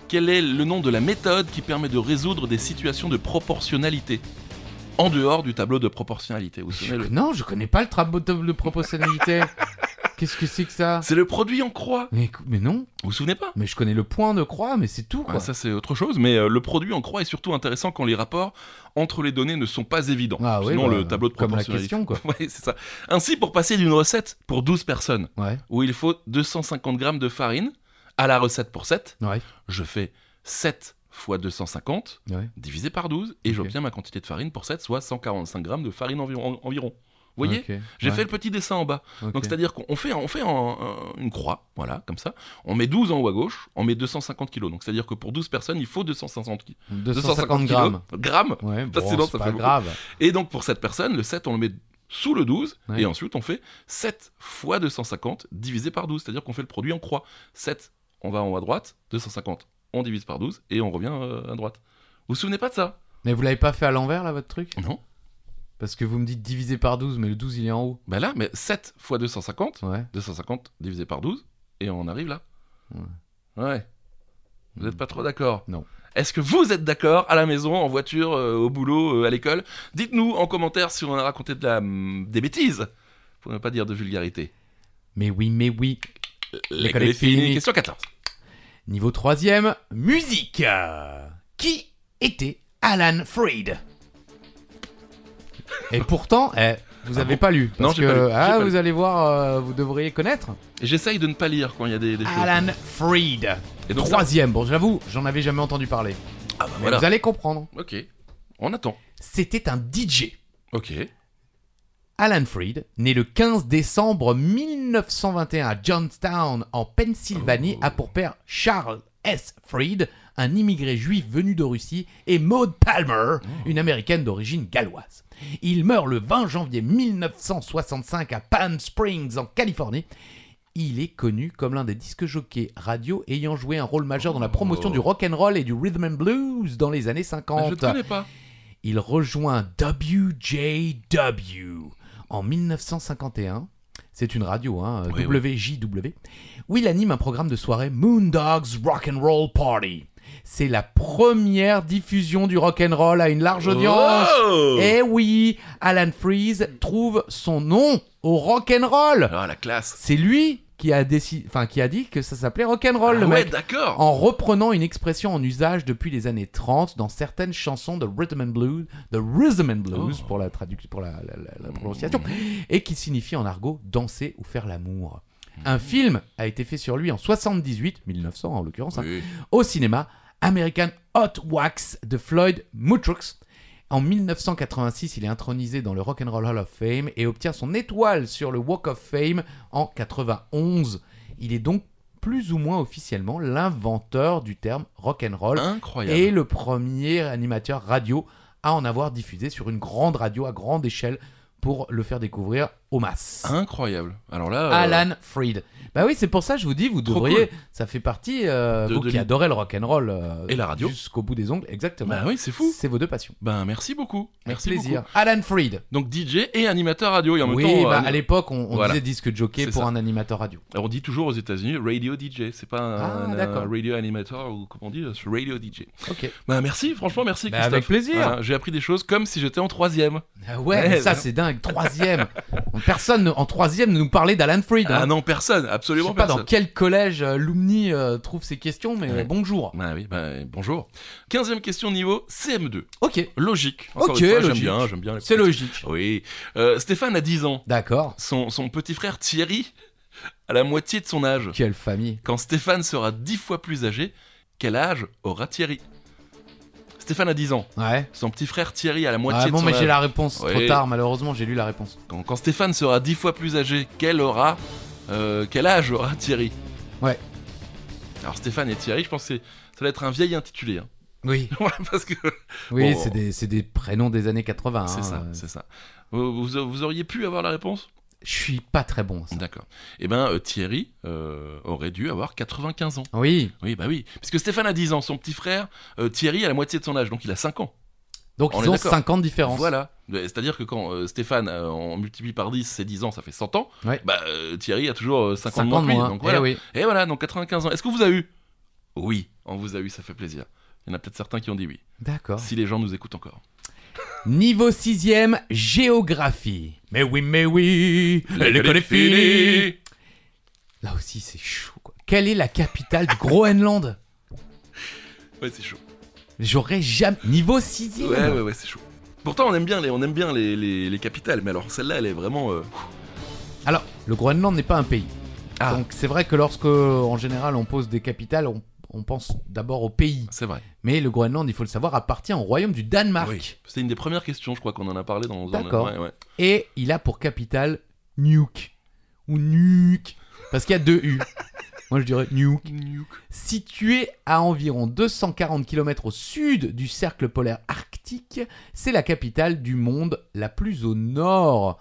S1: Quel est le nom de la méthode qui permet de résoudre des situations de proportionnalité en dehors du tableau de proportionnalité Vous vous
S3: Je-
S1: souvenez le-
S3: Non, je connais pas le tableau de proportionnalité. Qu'est-ce que c'est que ça
S1: C'est le produit en croix.
S3: mais, écou- mais non,
S1: Vous vous souvenez pas
S3: mais je connais le point de croix, mais c'est tout quoi.
S1: Ouais, Ça c'est autre chose, mais euh, le produit en croix est surtout intéressant quand les rapports entre les données ne sont pas évidents.
S3: Ah ouais,
S1: Sinon
S3: bah,
S1: le tableau de
S3: comme la
S1: proportionnalité.
S3: question, quoi.
S1: Ouais, c'est ça. Ainsi, pour passer d'une recette pour 12 personnes,
S3: Ouais,
S1: où il faut 250 grammes de farine, à la recette pour 7,
S3: ouais,
S1: je fais 7 fois 250
S3: ouais.
S1: divisé par 12 et
S3: Ok.
S1: j'obtiens ma quantité de farine pour 7, soit 145 grammes de farine environ. en- environ. Vous voyez
S3: Ok,
S1: J'ai
S3: ouais,
S1: fait le petit dessin en bas.
S3: ok.
S1: Donc c'est-à-dire qu'on fait, on fait en- en- une croix, voilà, comme ça. On met 12 en haut à gauche, on met 250 kilos. Donc c'est-à-dire que pour 12 personnes, il faut 250 kilos.
S3: 250 grammes.
S1: Grammes.
S3: Ouais,
S1: Ça,
S3: bon,
S1: sinon,
S3: c'est
S1: ça
S3: pas
S1: fait beaucoup.
S3: grave.
S1: Et donc pour cette personne, le 7, on le met sous le 12,
S3: Ouais.
S1: et ensuite on fait 7 fois 250 divisé par 12, c'est-à-dire qu'on fait le produit en croix. 7, on va en haut à droite, 250, on divise par 12, et on revient euh, à droite. Vous vous souvenez pas de ça
S3: Mais vous l'avez pas fait à l'envers là, votre truc
S1: Non.
S3: Parce que vous me dites divisé par 12, mais le 12 il est en haut.
S1: Bah là, mais 7 fois 250,
S3: Ouais.
S1: 250 divisé par 12, et on arrive là.
S3: Ouais.
S1: Ouais. Vous n'êtes pas trop d'accord
S3: Non.
S1: Est-ce que vous êtes d'accord à la maison, en voiture, euh, au boulot, euh, à l'école Dites-nous en commentaire si on a raconté de la, mm, des bêtises, pour ne pas dire de vulgarité.
S3: Mais oui, mais oui.
S1: L'école est finie. Question 14.
S3: Niveau 3ème, musique. Qui était Alan Freed Et pourtant, eh, vous
S1: Ah
S3: avez
S1: bon
S3: pas lu.
S1: Non,
S3: parce
S1: j'ai pas
S3: que,
S1: lu, j'ai
S3: ah,
S1: pas lu.
S3: vous allez voir, euh, vous devriez connaître.
S1: J'essaye de ne pas lire quand il y a des, des choses.
S3: Alan Freed.
S1: Et donc ça-
S3: Ah, Troisième, bon, j'avoue, j'en avais jamais entendu parler.
S1: Ah bah
S3: Mais
S1: voilà.
S3: vous allez comprendre.
S1: Ok. On attend.
S3: C'était un DJ.
S1: Ok.
S3: Alan Freed, né le 15 décembre 1921 à Johnstown, en Pennsylvanie,
S1: Oh.
S3: a pour père Charles S. Freed, un immigré juif venu de Russie, et Maud
S1: Oh.
S3: Palmer, une américaine d'origine galloise. Il meurt le 20 janvier 1965 à Palm Springs, en Californie. Il est connu comme l'un des disques jockeys radio ayant joué un rôle majeur dans la promotion
S1: Oh. Bah,
S3: du rock and roll et du rhythm and blues dans les années 50
S1: je ne connais pas.
S3: il rejoint WJW en 1951. C'est une radio, hein,
S1: Oui, oui.
S3: WJW, où il anime un programme de soirée Moondogs Rock and Roll Party. C'est la première diffusion du rock'n'roll à une large audience.
S1: Oh
S3: Eh oui, Alan Freeze trouve son nom au rock'n'roll.
S1: Ah, la classe.
S3: C'est lui qui a décidé, enfin qui a dit que ça s'appelait rock'n'roll
S1: Ah
S3: Oh, le
S1: ouais,
S3: mec.
S1: d'accord.
S3: En reprenant une expression en usage depuis les années 30 dans certaines chansons de rhythm and blues, de rhythm and blues
S1: Oh. Mmh.
S3: pour la traduction, pour la, la- la- la prononciation, et qui signifie en argot danser ou faire l'amour.
S1: Mmh.
S3: Un film a été fait sur lui en 78, 1900 en l'occurrence, hein,
S1: Oui.
S3: au cinéma American Hot Wax de Floyd Muttrux. En 1986, il est intronisé dans le Rock'n'Roll Hall of Fame et obtient son étoile sur le Walk of Fame en 91. Il est donc plus ou moins officiellement l'inventeur du terme rock'n'roll
S1: Incroyable.
S3: et Oh le premier animateur radio à en avoir diffusé sur une grande radio à grande échelle pour le faire découvrir aux masses.
S1: Incroyable. Alors là. euh,
S3: Alan Freed. Bah oui, c'est pour ça que je vous dis, vous
S1: Trop
S3: devriez. Ça fait partie. euh,
S1: De-
S3: vous
S1: de
S3: qui
S1: l'id-
S3: adorez le rock'n'roll. euh,
S1: Et la radio.
S3: Jusqu'au bout des ongles, exactement.
S1: Bah oui, c'est fou.
S3: C'est vos deux passions.
S1: Ben merci beaucoup.
S3: Avec
S1: Merci
S3: plaisir.
S1: beaucoup.
S3: Alan Freed.
S1: Donc DJ et animateur radio et en
S3: oui,
S1: même temps.
S3: bah,
S1: euh,
S3: à l'époque, on, on
S1: Voilà.
S3: disait disque jockey
S1: C'est
S3: pour
S1: ça.
S3: un animateur radio.
S1: Alors, on dit toujours aux États-Unis radio DJ, c'est pas
S3: Ah,
S1: un,
S3: d'accord.
S1: un radio animator ou comment on dit, euh, c'est radio DJ.
S3: Ok.
S1: Bah merci, franchement merci
S3: Bah,
S1: Christophe.
S3: avec plaisir.
S1: Voilà, J'ai appris des choses comme si j'étais en troisième.
S3: Ah ouais, mais
S1: Ouais,
S3: ça
S1: bah-
S3: c'est dingue. Troisième. Personne ne- en troisième ne nous parlait d'Alan Freed. hein.
S1: Ah non, personne,
S3: Je
S1: absolument
S3: sais pas
S1: personne.
S3: dans quel collège euh, Lumni euh, trouve ces questions, mais
S1: Ouais.
S3: bonjour.
S1: Ah oui, bah, bonjour. Quinzième question niveau CM2.
S3: Ok,
S1: Logique. Encore
S3: Ok,
S1: une fois,
S3: logique.
S1: J'aime bien, j'aime bien. les
S3: c'est
S1: petites-
S3: logique.
S1: Oui. Euh, Stéphane a 10 ans.
S3: D'accord.
S1: Son, son petit frère Thierry a la moitié de son âge.
S3: Quelle famille.
S1: Quand Stéphane sera 10 fois plus âgé, quel âge aura Thierry Stéphane a 10 ans.
S3: Ouais.
S1: Son petit frère Thierry a la moitié
S3: Ah
S1: de
S3: bon,
S1: son
S3: mais
S1: âge.
S3: j'ai la réponse trop
S1: Oui.
S3: tard, malheureusement, j'ai lu la réponse.
S1: Quand, quand Stéphane sera 10 fois plus âgé, quel aura euh, quel âge aura Thierry
S3: Ouais.
S1: Alors Stéphane et Thierry, je pense que c'est- ça va être un vieil intitulé. hein.
S3: Oui,
S1: Voilà, parce que
S3: oui,
S1: Bon.
S3: c'est des, c'est des prénoms des années 80. hein,
S1: c'est ça,
S3: euh,
S1: c'est ça. Vous, vous- vous auriez pu avoir la réponse
S3: Je suis pas très bon. à ça.
S1: D'accord. Eh ben euh, Thierry euh, aurait dû avoir 95 ans.
S3: Oui,
S1: Oui, bah oui. Parce que Stéphane a 10 ans, son petit frère euh, Thierry a la moitié de son âge, donc il a 5 ans.
S3: donc
S1: On
S3: ils
S1: est
S3: ont
S1: d'accord.
S3: 50 différences.
S1: Voilà. Euh, C'est-à-dire que quand euh, Stéphane, euh, on multiplie par 10, c'est 10 ans, ça fait 100 ans.
S3: Ouais.
S1: Bah, euh, Thierry a toujours euh, 50,
S3: 50
S1: ans.
S3: moins.
S1: donc voilà.
S3: Eh oui.
S1: Et voilà, donc 95 ans. Est-ce qu'on vous a eu Oui, on vous a eu, ça fait plaisir. Il y en a peut-être certains qui ont dit oui.
S3: D'accord.
S1: Si les gens nous écoutent encore.
S3: Niveau 6ème, géographie. Mais oui, mais oui, l'école est finie. Là aussi, c'est chaud. Quoi. Quelle est la capitale du Groenland
S1: Ouais, c'est chaud.
S3: J'aurais jamais. Niveau 6ème
S1: Ouais, ouais, ouais, c'est chaud. Pourtant, on aime bien les, on aime bien les, les- les capitales, mais alors celle-là, elle est vraiment. euh,
S3: Alors, le Groenland n'est pas un pays.
S1: Ah.
S3: Donc, c'est vrai que lorsque, en général, on pose des capitales, on, on pense d'abord au pays.
S1: C'est vrai.
S3: Mais le Groenland, il faut le savoir, appartient au royaume du Danemark.
S1: Oui. C'était une des premières questions, je crois qu'on en a parlé dans. dans le-
S3: D'accord.
S1: ouais, ouais.
S3: Et il a pour capitale Nuke. Ou Nuke. Parce qu'il y a deux U. Moi, je dirais Nuke. Située à environ 240 km au sud du cercle polaire arctique, c'est la capitale du monde la plus au nord.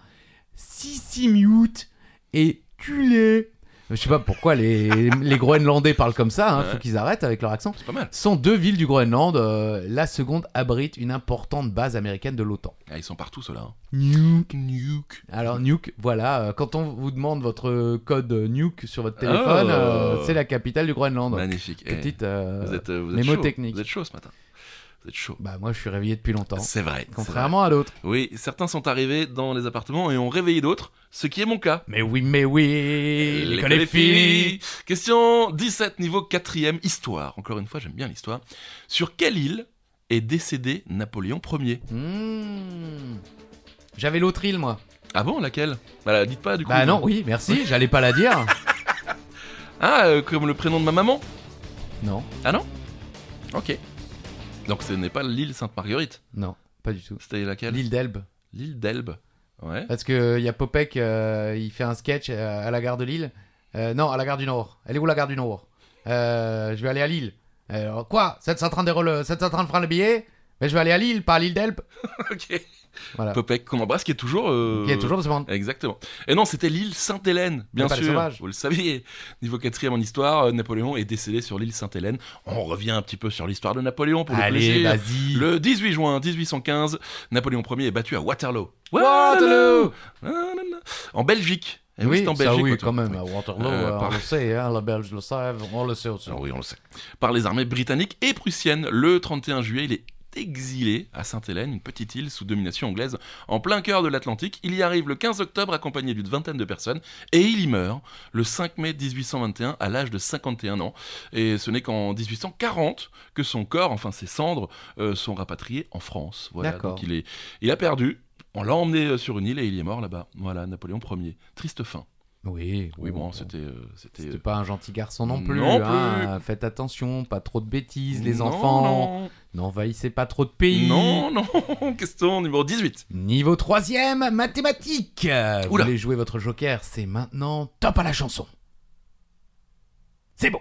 S3: Sisimiut et Tulé. Je sais pas pourquoi les, les Groenlandais parlent comme ça, hein, faut
S1: Ouais.
S3: qu'ils arrêtent avec leur accent.
S1: C'est pas mal.
S3: Sont deux villes du Groenland, euh, la seconde abrite une importante base américaine de l'OTAN.
S1: Ah, ils sont partout, ceux-là. hein.
S3: Nuke.
S1: Nuke.
S3: Alors Nuke, voilà, euh, quand on vous demande votre euh, code euh, Nuke sur votre téléphone,
S1: Oh.
S3: euh, c'est la capitale du Groenland.
S1: Magnifique. Eh,
S3: Petite. euh,
S1: vous êtes, euh, vous êtes chaud.
S3: mnémotechnique.
S1: Vous êtes chaud ce matin. Vous êtes chaud.
S3: Bah moi je suis réveillé depuis longtemps.
S1: C'est vrai. c'est
S3: Contrairement à d'autres.
S1: vrai. Oui, certains sont arrivés dans les appartements et ont réveillé d'autres, ce qui est mon cas. Euh,
S3: Mais oui, mais oui, l'école est finie.
S1: Question 17, niveau 4ème, histoire. Encore une fois, j'aime bien l'histoire. Sur quelle île est décédé Napoléon Ier
S3: Mmh. J'avais l'autre île moi.
S1: Ah bon, laquelle Bah, dites pas du coup.
S3: Bah non, oui, merci, j'allais pas la dire.
S1: Ah, euh, comme le prénom de ma maman
S3: non,
S1: Ok. Donc ce n'est pas l'île Sainte-Marguerite,
S3: non, pas du tout.
S1: c'était laquelle
S3: L'île d'Elbe.
S1: L'île d'Elbe. Ouais.
S3: Parce que y a Popek, euh, il fait un sketch euh, à la gare de Lille. Euh, non, à la gare du Nord. Elle est où la gare du Nord Euh, Je vais aller à Lille. Alors, quoi 730 euros le, 730 francs le billet Mais je vais aller à Lille, pas à l'île d'Elbe.
S1: ok.
S3: Voilà.
S1: Popek, qu'on embrasse, qui est toujours. euh,
S3: Il y a toujours ce moment.
S1: Exactement. Et non, c'était l'île Sainte-Hélène, bien
S3: pas les
S1: sûr.
S3: sauvages.
S1: Vous le saviez. Niveau quatrième en histoire, euh, Napoléon est décédé sur l'île Sainte-Hélène. On revient un petit peu sur l'histoire de Napoléon pour le
S3: Allez,
S1: plaisir.
S3: vas-y.
S1: Le 18 juin 1815, Napoléon Ier est battu à Waterloo.
S3: Waterloo
S1: Nanana. En Belgique. Eh oui, c'est en Belgique.
S3: ça oui,
S1: quoi, tu
S3: quand
S1: vois.
S3: même. À Waterloo,
S1: Euh,
S3: euh, on
S1: par-
S3: le sait, hein, les Belges le savent, on le sait aussi.
S1: Ah oui, on le sait. Par les armées britanniques et prussiennes, le 31 juillet, il est exilé à Sainte-Hélène, une petite île sous domination anglaise, en plein cœur de l'Atlantique. Il y arrive le 15 octobre accompagné d'une vingtaine de personnes et il y meurt le 5 mai 1821 à l'âge de 51 ans. Et ce n'est qu'en 1840 que son corps, enfin ses cendres, euh, sont rapatriés en France. Voilà,
S3: D'accord.
S1: donc il, est, il a perdu. On l'a emmené euh, sur une île et il est mort là-bas. Voilà, Napoléon Ier. Triste fin.
S3: Oui,
S1: Ah Oui, bon, c'était... euh, c'était
S3: Oh, C'était pas un gentil garçon non plus.
S1: Non
S3: hein. Faites attention, pas trop de bêtises, les
S1: Non,
S3: enfants.
S1: non.
S3: N'envahissez pas trop de pays.
S1: Non, non, question numéro 18.
S3: Niveau 3ème, mathématiques. Vous
S1: Oula.
S3: voulez jouer votre joker, c'est maintenant top à la chanson. C'est bon.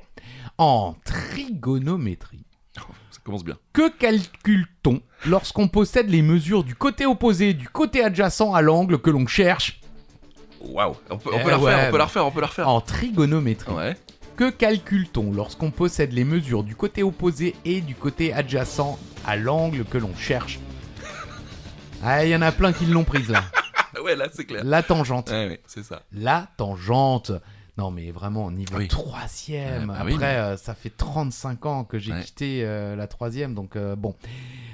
S3: En trigonométrie,
S1: Ça commence bien.
S3: que calcule-t-on lorsqu'on possède les mesures du côté opposé et du côté adjacent à l'angle que l'on cherche
S1: Waouh. On peut, on
S3: Eh
S1: peut la refaire,
S3: ouais.
S1: on peut la refaire, on peut la refaire.
S3: En trigonométrie,
S1: Ouais.
S3: que calcule-t-on lorsqu'on possède les mesures du côté opposé et du côté adjacent à l'angle que l'on cherche Ah, il y en a plein qui l'ont prise là.
S1: Ah ouais, là, c'est clair.
S3: La tangente.
S1: Ouais, ouais, c'est ça.
S3: la tangente. Non mais vraiment, niveau
S1: Oui.
S3: troisième.
S1: Euh, bah
S3: Après,
S1: oui, mais-
S3: euh, ça fait 35 ans que j'ai
S1: Ouais.
S3: quitté euh, la troisième, donc euh, bon.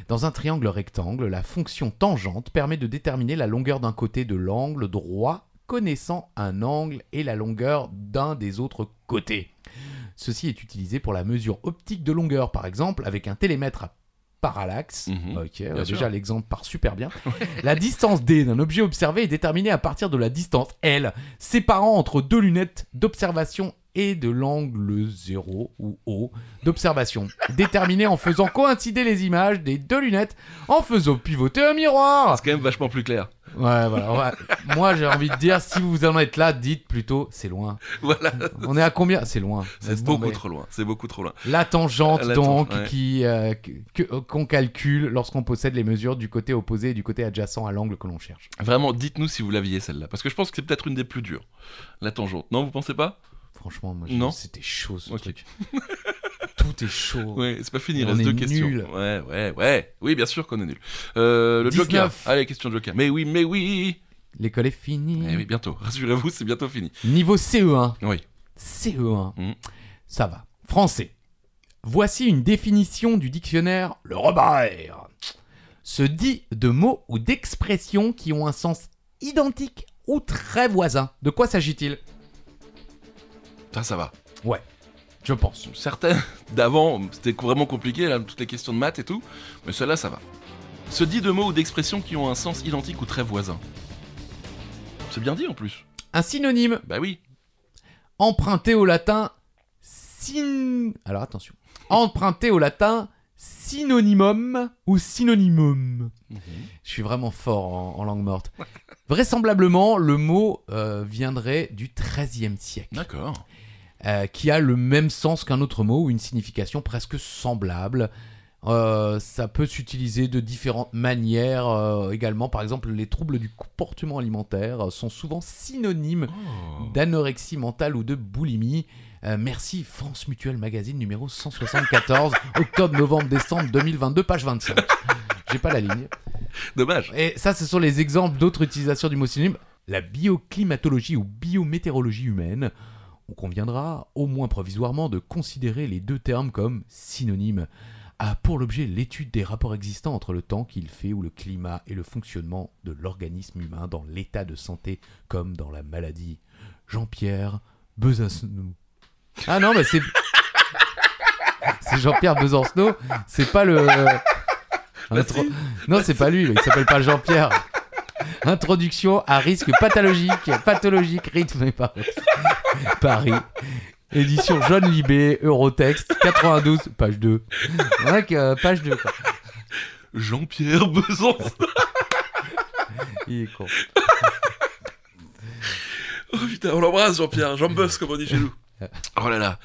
S3: Dans un triangle rectangle, la fonction tangente permet de déterminer la longueur d'un côté de l'angle droit connaissant un angle et la longueur d'un des autres côtés. Ceci est utilisé pour la mesure optique de longueur, par exemple, avec un télémètre à parallaxe.
S1: Mhm.
S3: Ok, ouais,
S1: sûr.
S3: déjà l'exemple part super bien. La distance D d'un objet observé est déterminée à partir de la distance L, séparant entre deux lunettes d'observation et de l'angle 0 ou O d'observation, déterminée en faisant coïncider les images des deux lunettes en faisant pivoter un miroir.
S1: C'est quand même vachement plus clair.
S3: Ouais, voilà. on va- Moi, j'ai envie de dire, si vous en êtes là, dites plutôt, c'est loin.
S1: Voilà.
S3: On est à combien C'est loin.
S1: C'est
S3: Laisse
S1: beaucoup
S3: tomber.
S1: trop loin. C'est beaucoup trop loin.
S3: La tangente,
S1: La
S3: donc,
S1: tangente, ouais.
S3: qui, euh, que- que- qu'on calcule lorsqu'on possède les mesures du côté opposé et du côté adjacent à l'angle que l'on cherche.
S1: Vraiment, dites-nous si vous l'aviez celle-là. Parce que je pense que c'est peut-être une des plus dures. La tangente. Non, vous pensez pas
S3: Franchement, moi, je-
S1: Non.
S3: c'était chaud ce
S1: Ok.
S3: truc. Tout est chaud.
S1: Ouais, c'est pas fini. Il
S3: On
S1: reste
S3: est
S1: deux questions.
S3: nuls.
S1: Ouais, ouais, ouais. Oui, bien sûr qu'on est nul. le Joker.
S3: 19.
S1: Allez, question Joker. Mais oui, mais oui.
S3: L'école est finie.
S1: Eh oui, bientôt. Rassurez-vous, c'est bientôt fini.
S3: Niveau E CE1.
S1: Oui.
S3: CE1.
S1: Mhm.
S3: E Ça va. Français. Voici une définition du dictionnaire Le Robert. Se dit de mots ou d'expressions qui ont un sens identique ou très voisin. De quoi s'agit-il
S1: Ça, ça va.
S3: Je pense.
S1: certaines d'avant, c'était vraiment compliqué, là, toutes les questions de maths et tout, mais celle-là, ça va. Se dit de mots ou d'expressions qui ont un sens identique ou très voisin. C'est bien dit en plus.
S3: Un synonyme
S1: Bah oui.
S3: emprunté au latin syn... Alors attention. Emprunté au latin synonymum ou synonymum.
S1: Mhm.
S3: Je suis vraiment fort en, en langue morte. Vraisemblablement, le mot euh, viendrait du XIIIe siècle,
S1: D'accord.
S3: euh, qui a le même sens qu'un autre mot ou une signification presque semblable. Euh, ça peut s'utiliser de différentes manières euh, également. Par exemple, les troubles du comportement alimentaire euh, sont souvent synonymes
S1: Oh.
S3: d'anorexie mentale ou de boulimie. Euh, merci France Mutuelle Magazine numéro 174, octobre, novembre, décembre 2022, page 25. J'ai pas la ligne.
S1: Dommage.
S3: Et ça, ce sont les exemples d'autres utilisations du mot synonyme. La bioclimatologie ou biométéorologie humaine. On conviendra, au moins provisoirement, de considérer les deux termes comme synonymes. A pour l'objet l'étude des rapports existants entre le temps qu'il fait ou le climat et le fonctionnement de l'organisme humain dans l'état de santé comme dans la maladie. Jean-Pierre Besancenot. Ah non, mais c'est. C'est Jean-Pierre Besancenot, c'est pas le. euh,
S1: Ah,
S3: Intro- Non, c'est pas lui, il s'appelle pas Jean-Pierre. Introduction à risque pathologique, pathologique, rythme et Paris. Paris. Édition Jaune Libé, Eurotexte, 92, page 2. Ouais, que, euh, page 2, quoi.
S1: Jean-Pierre Besançon.
S3: Il est con.
S1: Oh putain, on l'embrasse Jean-Pierre. Jean Buzz, comme on dit chez nous. Euh. Oh là là.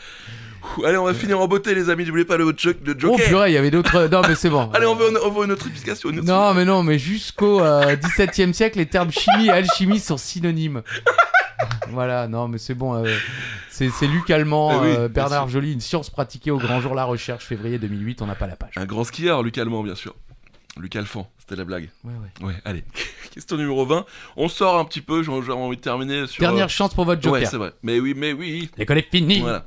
S1: Ouh, allez, on va finir en beauté, les amis. N'oubliez pas le, jo- le
S3: Oh
S1: Joker.
S3: purée, il y avait d'autres. Non, mais c'est bon.
S1: allez, on veut, on veut une autre explication. une autre-
S3: Non, mais non, mais jusqu'au euh, 17e siècle, les termes chimie et alchimie sont synonymes. Voilà, non, mais c'est bon. euh, c'est c'est Luc Allemand,
S1: Eh oui,
S3: euh,
S1: bien
S3: Bernard Joly, une science pratiquée au grand jour la recherche, février 2008, on n'a pas la page.
S1: Un grand skieur, Luc Allemand, bien sûr. Lucas Alphand, c'était la blague.
S3: Ouais, ouais.
S1: Ouais, allez. Question numéro 20. On sort un petit peu, j'ai j'ai envie de terminer sur.
S3: Dernière chance pour votre
S1: euh, Ouais,
S3: joker.
S1: c'est vrai. Mais oui, mais oui.
S3: L'école est finie.
S1: Voilà.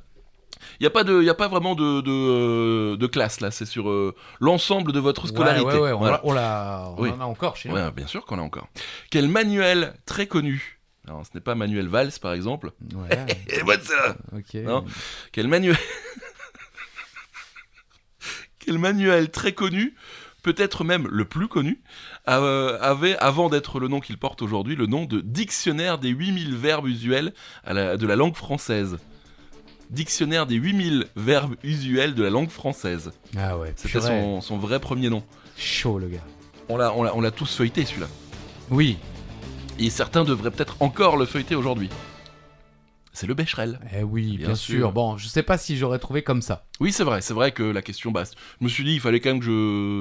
S1: Il n'y a, pas de- y a pas vraiment de, de, euh, de classe là, c'est sur euh, l'ensemble de votre scolarité.
S3: Ouais, ouais, ouais, on,
S1: Voilà.
S3: l'a- on l'a- on
S1: Oui.
S3: en a encore chez nous.
S1: Ouais, bien sûr qu'on a encore. Quel manuel très connu Alors, ce n'est pas Manuel Valls par exemple.
S3: Ouais,
S1: Et what's up
S3: ok.
S1: Non. Quel manuel Quel manuel très connu, peut-être même le plus connu, a- euh, avait, avant d'être le nom qu'il porte aujourd'hui, le nom de Dictionnaire des 8000 verbes usuels à la- de la langue française. Dictionnaire des 8000 verbes usuels de la langue française.
S3: Ah ouais,
S1: C'était
S3: purée.
S1: son, son vrai premier nom.
S3: Chaud, le gars.
S1: On l'a- on l'a on l'a tous feuilleté celui-là.
S3: Oui,
S1: Et certains devraient peut-être encore le feuilleter aujourd'hui. C'est le Becherel.
S3: eh oui, bien,
S1: Bien
S3: sûr.
S1: sûr.
S3: Bon, je sais pas si j'aurais trouvé comme ça.
S1: Oui, c'est vrai, c'est vrai que la question basse. Je me suis dit, il fallait quand même que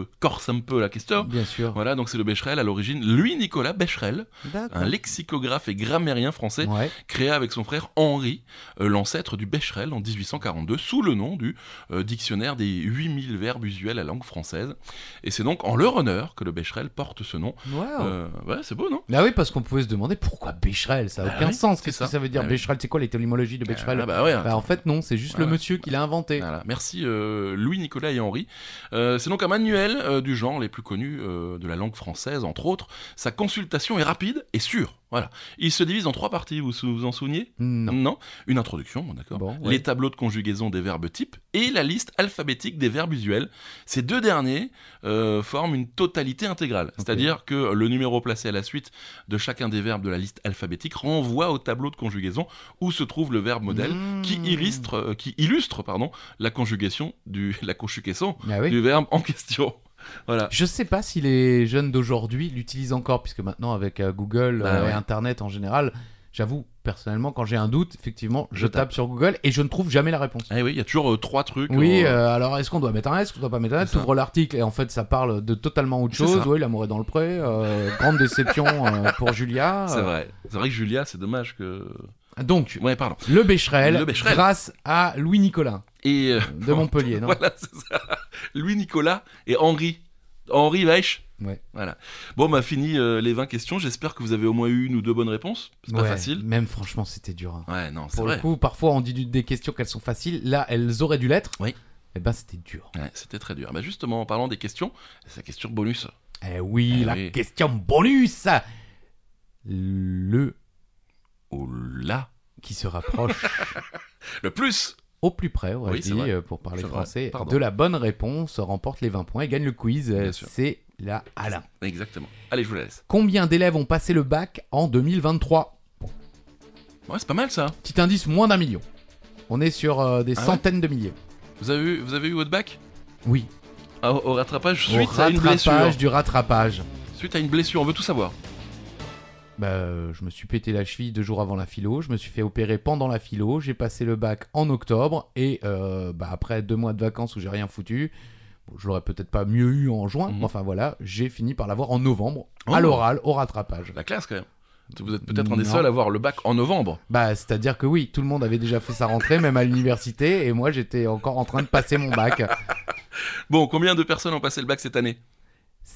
S1: je corse un peu la question.
S3: Bien sûr.
S1: Voilà, donc c'est le Becherel à l'origine. Lui, Nicolas Becherel,
S3: D'accord.
S1: un lexicographe et grammairien français,
S3: Ouais.
S1: créa avec son frère Henri euh, l'ancêtre du Becherel en 1842 sous le nom du euh, Dictionnaire des 8000 verbes usuels à langue française. Et c'est donc en leur honneur que le Becherel porte ce nom.
S3: Wow.
S1: Euh, ouais, c'est beau, non
S3: Ah oui, parce qu'on pouvait se demander pourquoi Becherel, ça n'a
S1: Ah
S3: aucun
S1: oui,
S3: sens.
S1: c'est
S3: Qu'est-ce
S1: ça.
S3: que ça veut dire
S1: Ah oui.
S3: Becherel, c'est quoi l'étymologie de Becherel
S1: Ah bah ouais.
S3: Bah, En fait, non, c'est juste
S1: Ah
S3: le
S1: ouais. Ah.
S3: monsieur qui l'a inventé.
S1: Voilà. Merci euh, Louis, Nicolas et Henri. Euh, c'est donc un manuel euh, du genre les plus connus euh, de la langue française, entre autres. Sa consultation est rapide et sûre. Voilà. Il se divise en trois parties, vous sou- vous en souvenez
S3: Non.
S1: Une introduction, bon, d'accord.
S3: Bon, ouais.
S1: Les tableaux de conjugaison des verbes types et la liste alphabétique des verbes usuels. Ces deux derniers euh, forment une totalité intégrale. C'est-à-dire que le numéro placé à la suite de chacun des verbes de la liste alphabétique renvoie au tableau de conjugaison où se trouve le verbe modèle
S3: Mmh.
S1: qui illustre, euh, qui illustre pardon, la conjugation du la conjugaison
S3: Ah oui.
S1: du verbe en question. Voilà.
S3: Je sais pas si les jeunes d'aujourd'hui l'utilisent encore, puisque maintenant avec euh, Google
S1: Bah
S3: euh, et
S1: ouais.
S3: Internet en général, j'avoue, personnellement, quand j'ai un doute, effectivement, je,
S1: Je
S3: tape. sur Google et je ne trouve jamais la réponse.
S1: Ah oui, il y a toujours euh, trois trucs.
S3: Oui,
S1: euh,
S3: euh, alors est-ce qu'on doit mettre un S, est-ce qu'on doit pas mettre un S
S1: C'est ça.
S3: T'ouvres l'article et en fait ça parle de totalement autre
S1: C'est
S3: chose.
S1: ça.
S3: Oui, l'amour est dans le pré, euh, grande déception euh, pour Julia.
S1: C'est vrai. C'est vrai que Julia, c'est dommage que.
S3: Donc,
S1: Ouais, pardon.
S3: le Becherel,
S1: Le Becherel.
S3: grâce à Louis-Nicolas
S1: Et euh,
S3: de Montpellier. Non
S1: voilà, c'est ça. Lui, Nicolas et Henri. Henri Weich.
S3: Ouais.
S1: Voilà. Bon, on a fini euh, les 20 questions. J'espère que vous avez au moins eu une ou deux bonnes réponses. C'est pas
S3: Ouais,
S1: facile.
S3: Même franchement, c'était dur. hein.
S1: Ouais, non, c'est
S3: Pour
S1: vrai.
S3: le coup, parfois on dit du- des questions qu'elles sont faciles. Là, elles auraient dû l'être.
S1: Oui.
S3: Et ben, c'était dur.
S1: Ouais, c'était très dur. Bah justement, en parlant des questions, c'est la question bonus.
S3: Eh oui,
S1: Eh
S3: la
S1: oui.
S3: question bonus Le
S1: Oh là
S3: qui se rapproche
S1: Le plus
S3: au plus près, aurait
S1: Oui, c'est
S3: dit,
S1: vrai.
S3: euh, pour parler
S1: C'est vrai.
S3: français,
S1: Pardon.
S3: de la bonne réponse remporte les 20 points et gagne le quiz. Euh,
S1: Bien sûr.
S3: C'est la Alain.
S1: Exactement. Allez, je vous la laisse.
S3: Combien d'élèves ont passé le bac en 2023
S1: Ouais, c'est pas mal ça.
S3: Petit indice, moins d'un million. On est sur euh, des
S1: Ah ouais
S3: centaines de milliers.
S1: Vous avez, eu- vous avez eu votre bac
S3: Oui,
S1: Ah, au, au rattrapage
S3: au
S1: suite à une blessure.
S3: rattrapage du rattrapage.
S1: Suite à une blessure, on veut tout savoir.
S3: Bah, euh, je me suis pété la cheville deux jours avant la philo, je me suis fait opérer pendant la philo, j'ai passé le bac en octobre et euh, bah, après deux mois de vacances où j'ai rien foutu, bon, je l'aurais peut-être pas mieux eu en juin,
S1: Mhm.
S3: mais enfin voilà, j'ai fini par l'avoir en novembre,
S1: Oh.
S3: à l'oral, au rattrapage.
S1: La classe quand même. Vous êtes peut-être un des
S3: Non.
S1: seuls à avoir le bac en novembre.
S3: Bah c'est-à-dire que oui, tout le monde avait déjà fait sa rentrée, même à l'université, et moi j'étais encore en train de passer mon bac.
S1: Bon, combien de personnes ont passé le bac cette année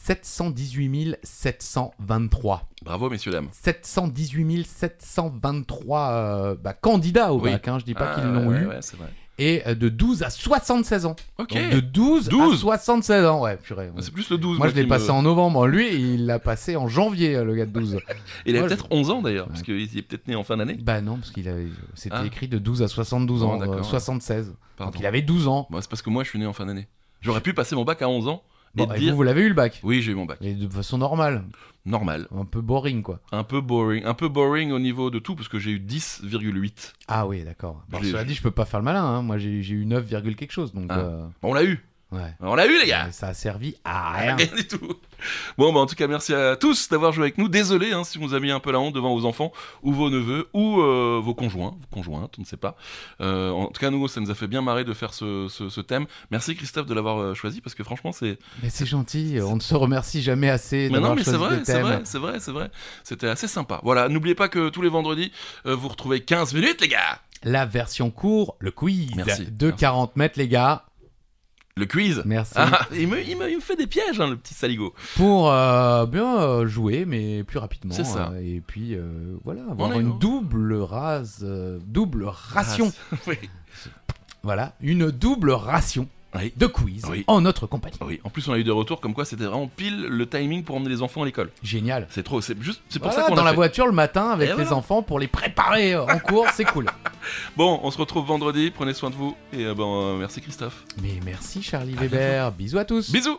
S3: 718 723.
S1: Bravo, messieurs, dames.
S3: 718 723 euh, bah, candidats au
S1: Oui.
S3: bac, hein, je dis pas
S1: Ah,
S3: qu'ils l'ont
S1: ouais,
S3: eu.
S1: ouais, c'est vrai.
S3: et euh, de 12 à 76 ans.
S1: Ok.
S3: Donc de 12,
S1: 12.
S3: à 76 ans, ouais, purée.
S1: C'est plus le 12.
S3: Moi, je
S1: qui
S3: l'ai
S1: me-
S3: passé en novembre, lui, il l'a passé en janvier, euh, le gars de 12.
S1: Il avait
S3: Moi, je-
S1: peut-être 11 ans d'ailleurs, parce qu'il est peut-être né en fin d'année.
S3: bah non, parce qu'il avait... c'était
S1: Ah.
S3: écrit de 12 à 72
S1: Bon,
S3: ans, euh,
S1: d'accord.
S3: 76.
S1: Pardon.
S3: Donc il avait 12 ans.
S1: Bon, c'est parce que moi, je suis né en fin d'année. J'aurais pu passer mon bac à 11 ans et
S3: Bon,
S1: te
S3: et
S1: dire
S3: vous, vous l'avez eu le bac
S1: Oui, j'ai eu mon bac.
S3: et de façon normale,
S1: Normal.
S3: un peu boring quoi.
S1: Un peu boring. Un peu boring au niveau de tout, parce que j'ai eu 10,8.
S3: Ah oui, d'accord. Bon,
S1: Je l'ai-
S3: cela
S1: je-
S3: dit, je peux pas faire le malin. hein. Moi, j'ai j'ai eu 9, virgule quelque chose. Donc,
S1: Ah.
S3: euh,
S1: Bon, on l'a eu.
S3: ouais.
S1: On l'a eu, les gars. Ah,
S3: Mais Ça a servi à rien.
S1: Rien du tout. Bon, bah, en tout cas, merci à tous d'avoir joué avec nous. Désolé hein, si on vous a mis un peu la honte devant vos enfants ou vos neveux ou euh, vos conjoints, vos conjointes, on ne sait pas. Euh, en tout cas, nous, ça nous a fait bien marrer de faire ce, ce- ce thème. Merci Christophe de l'avoir euh, choisi parce que franchement, c'est.
S3: Mais c'est gentil. On ne se remercie jamais assez.
S1: Mais non,
S3: d'avoir
S1: mais c'est
S3: choisi
S1: vrai,
S3: des
S1: c'est
S3: thèmes.
S1: vrai, c'est vrai, c'est vrai. C'était assez sympa. Voilà, n'oubliez pas que tous les vendredis, euh, vous retrouvez 15 minutes, les gars.
S3: la version court, le quiz
S1: Merci,
S3: de
S1: merci.
S3: 40 mètres, les gars.
S1: Le quiz
S3: Merci.
S1: Ah, il, me, il me- il me fait des pièges, hein, le petit saligo.
S3: Pour euh, bien euh, jouer, mais plus rapidement.
S1: C'est ça.
S3: euh, et puis euh, voilà, avoir
S1: est-
S3: une double rase, euh, double ration.
S1: Ah, oui.
S3: Voilà, une double ration
S1: Oui.
S3: de quiz
S1: Oui.
S3: en notre compagnie.
S1: Oui, en plus on a eu des retours comme quoi c'était vraiment pile le timing pour emmener les enfants à l'école.
S3: Génial.
S1: C'est trop, c'est juste, c'est pour
S3: Voilà,
S1: ça qu'on
S3: dans
S1: l'a
S3: la
S1: fait.
S3: voiture le matin avec
S1: Et
S3: les
S1: voilà.
S3: enfants pour les préparer euh, en cours, c'est cool.
S1: Bon, on se retrouve vendredi, prenez soin de vous et euh, ben, euh, merci Christophe.
S3: Mais merci Charlie Weber, bisous à tous.
S1: Bisous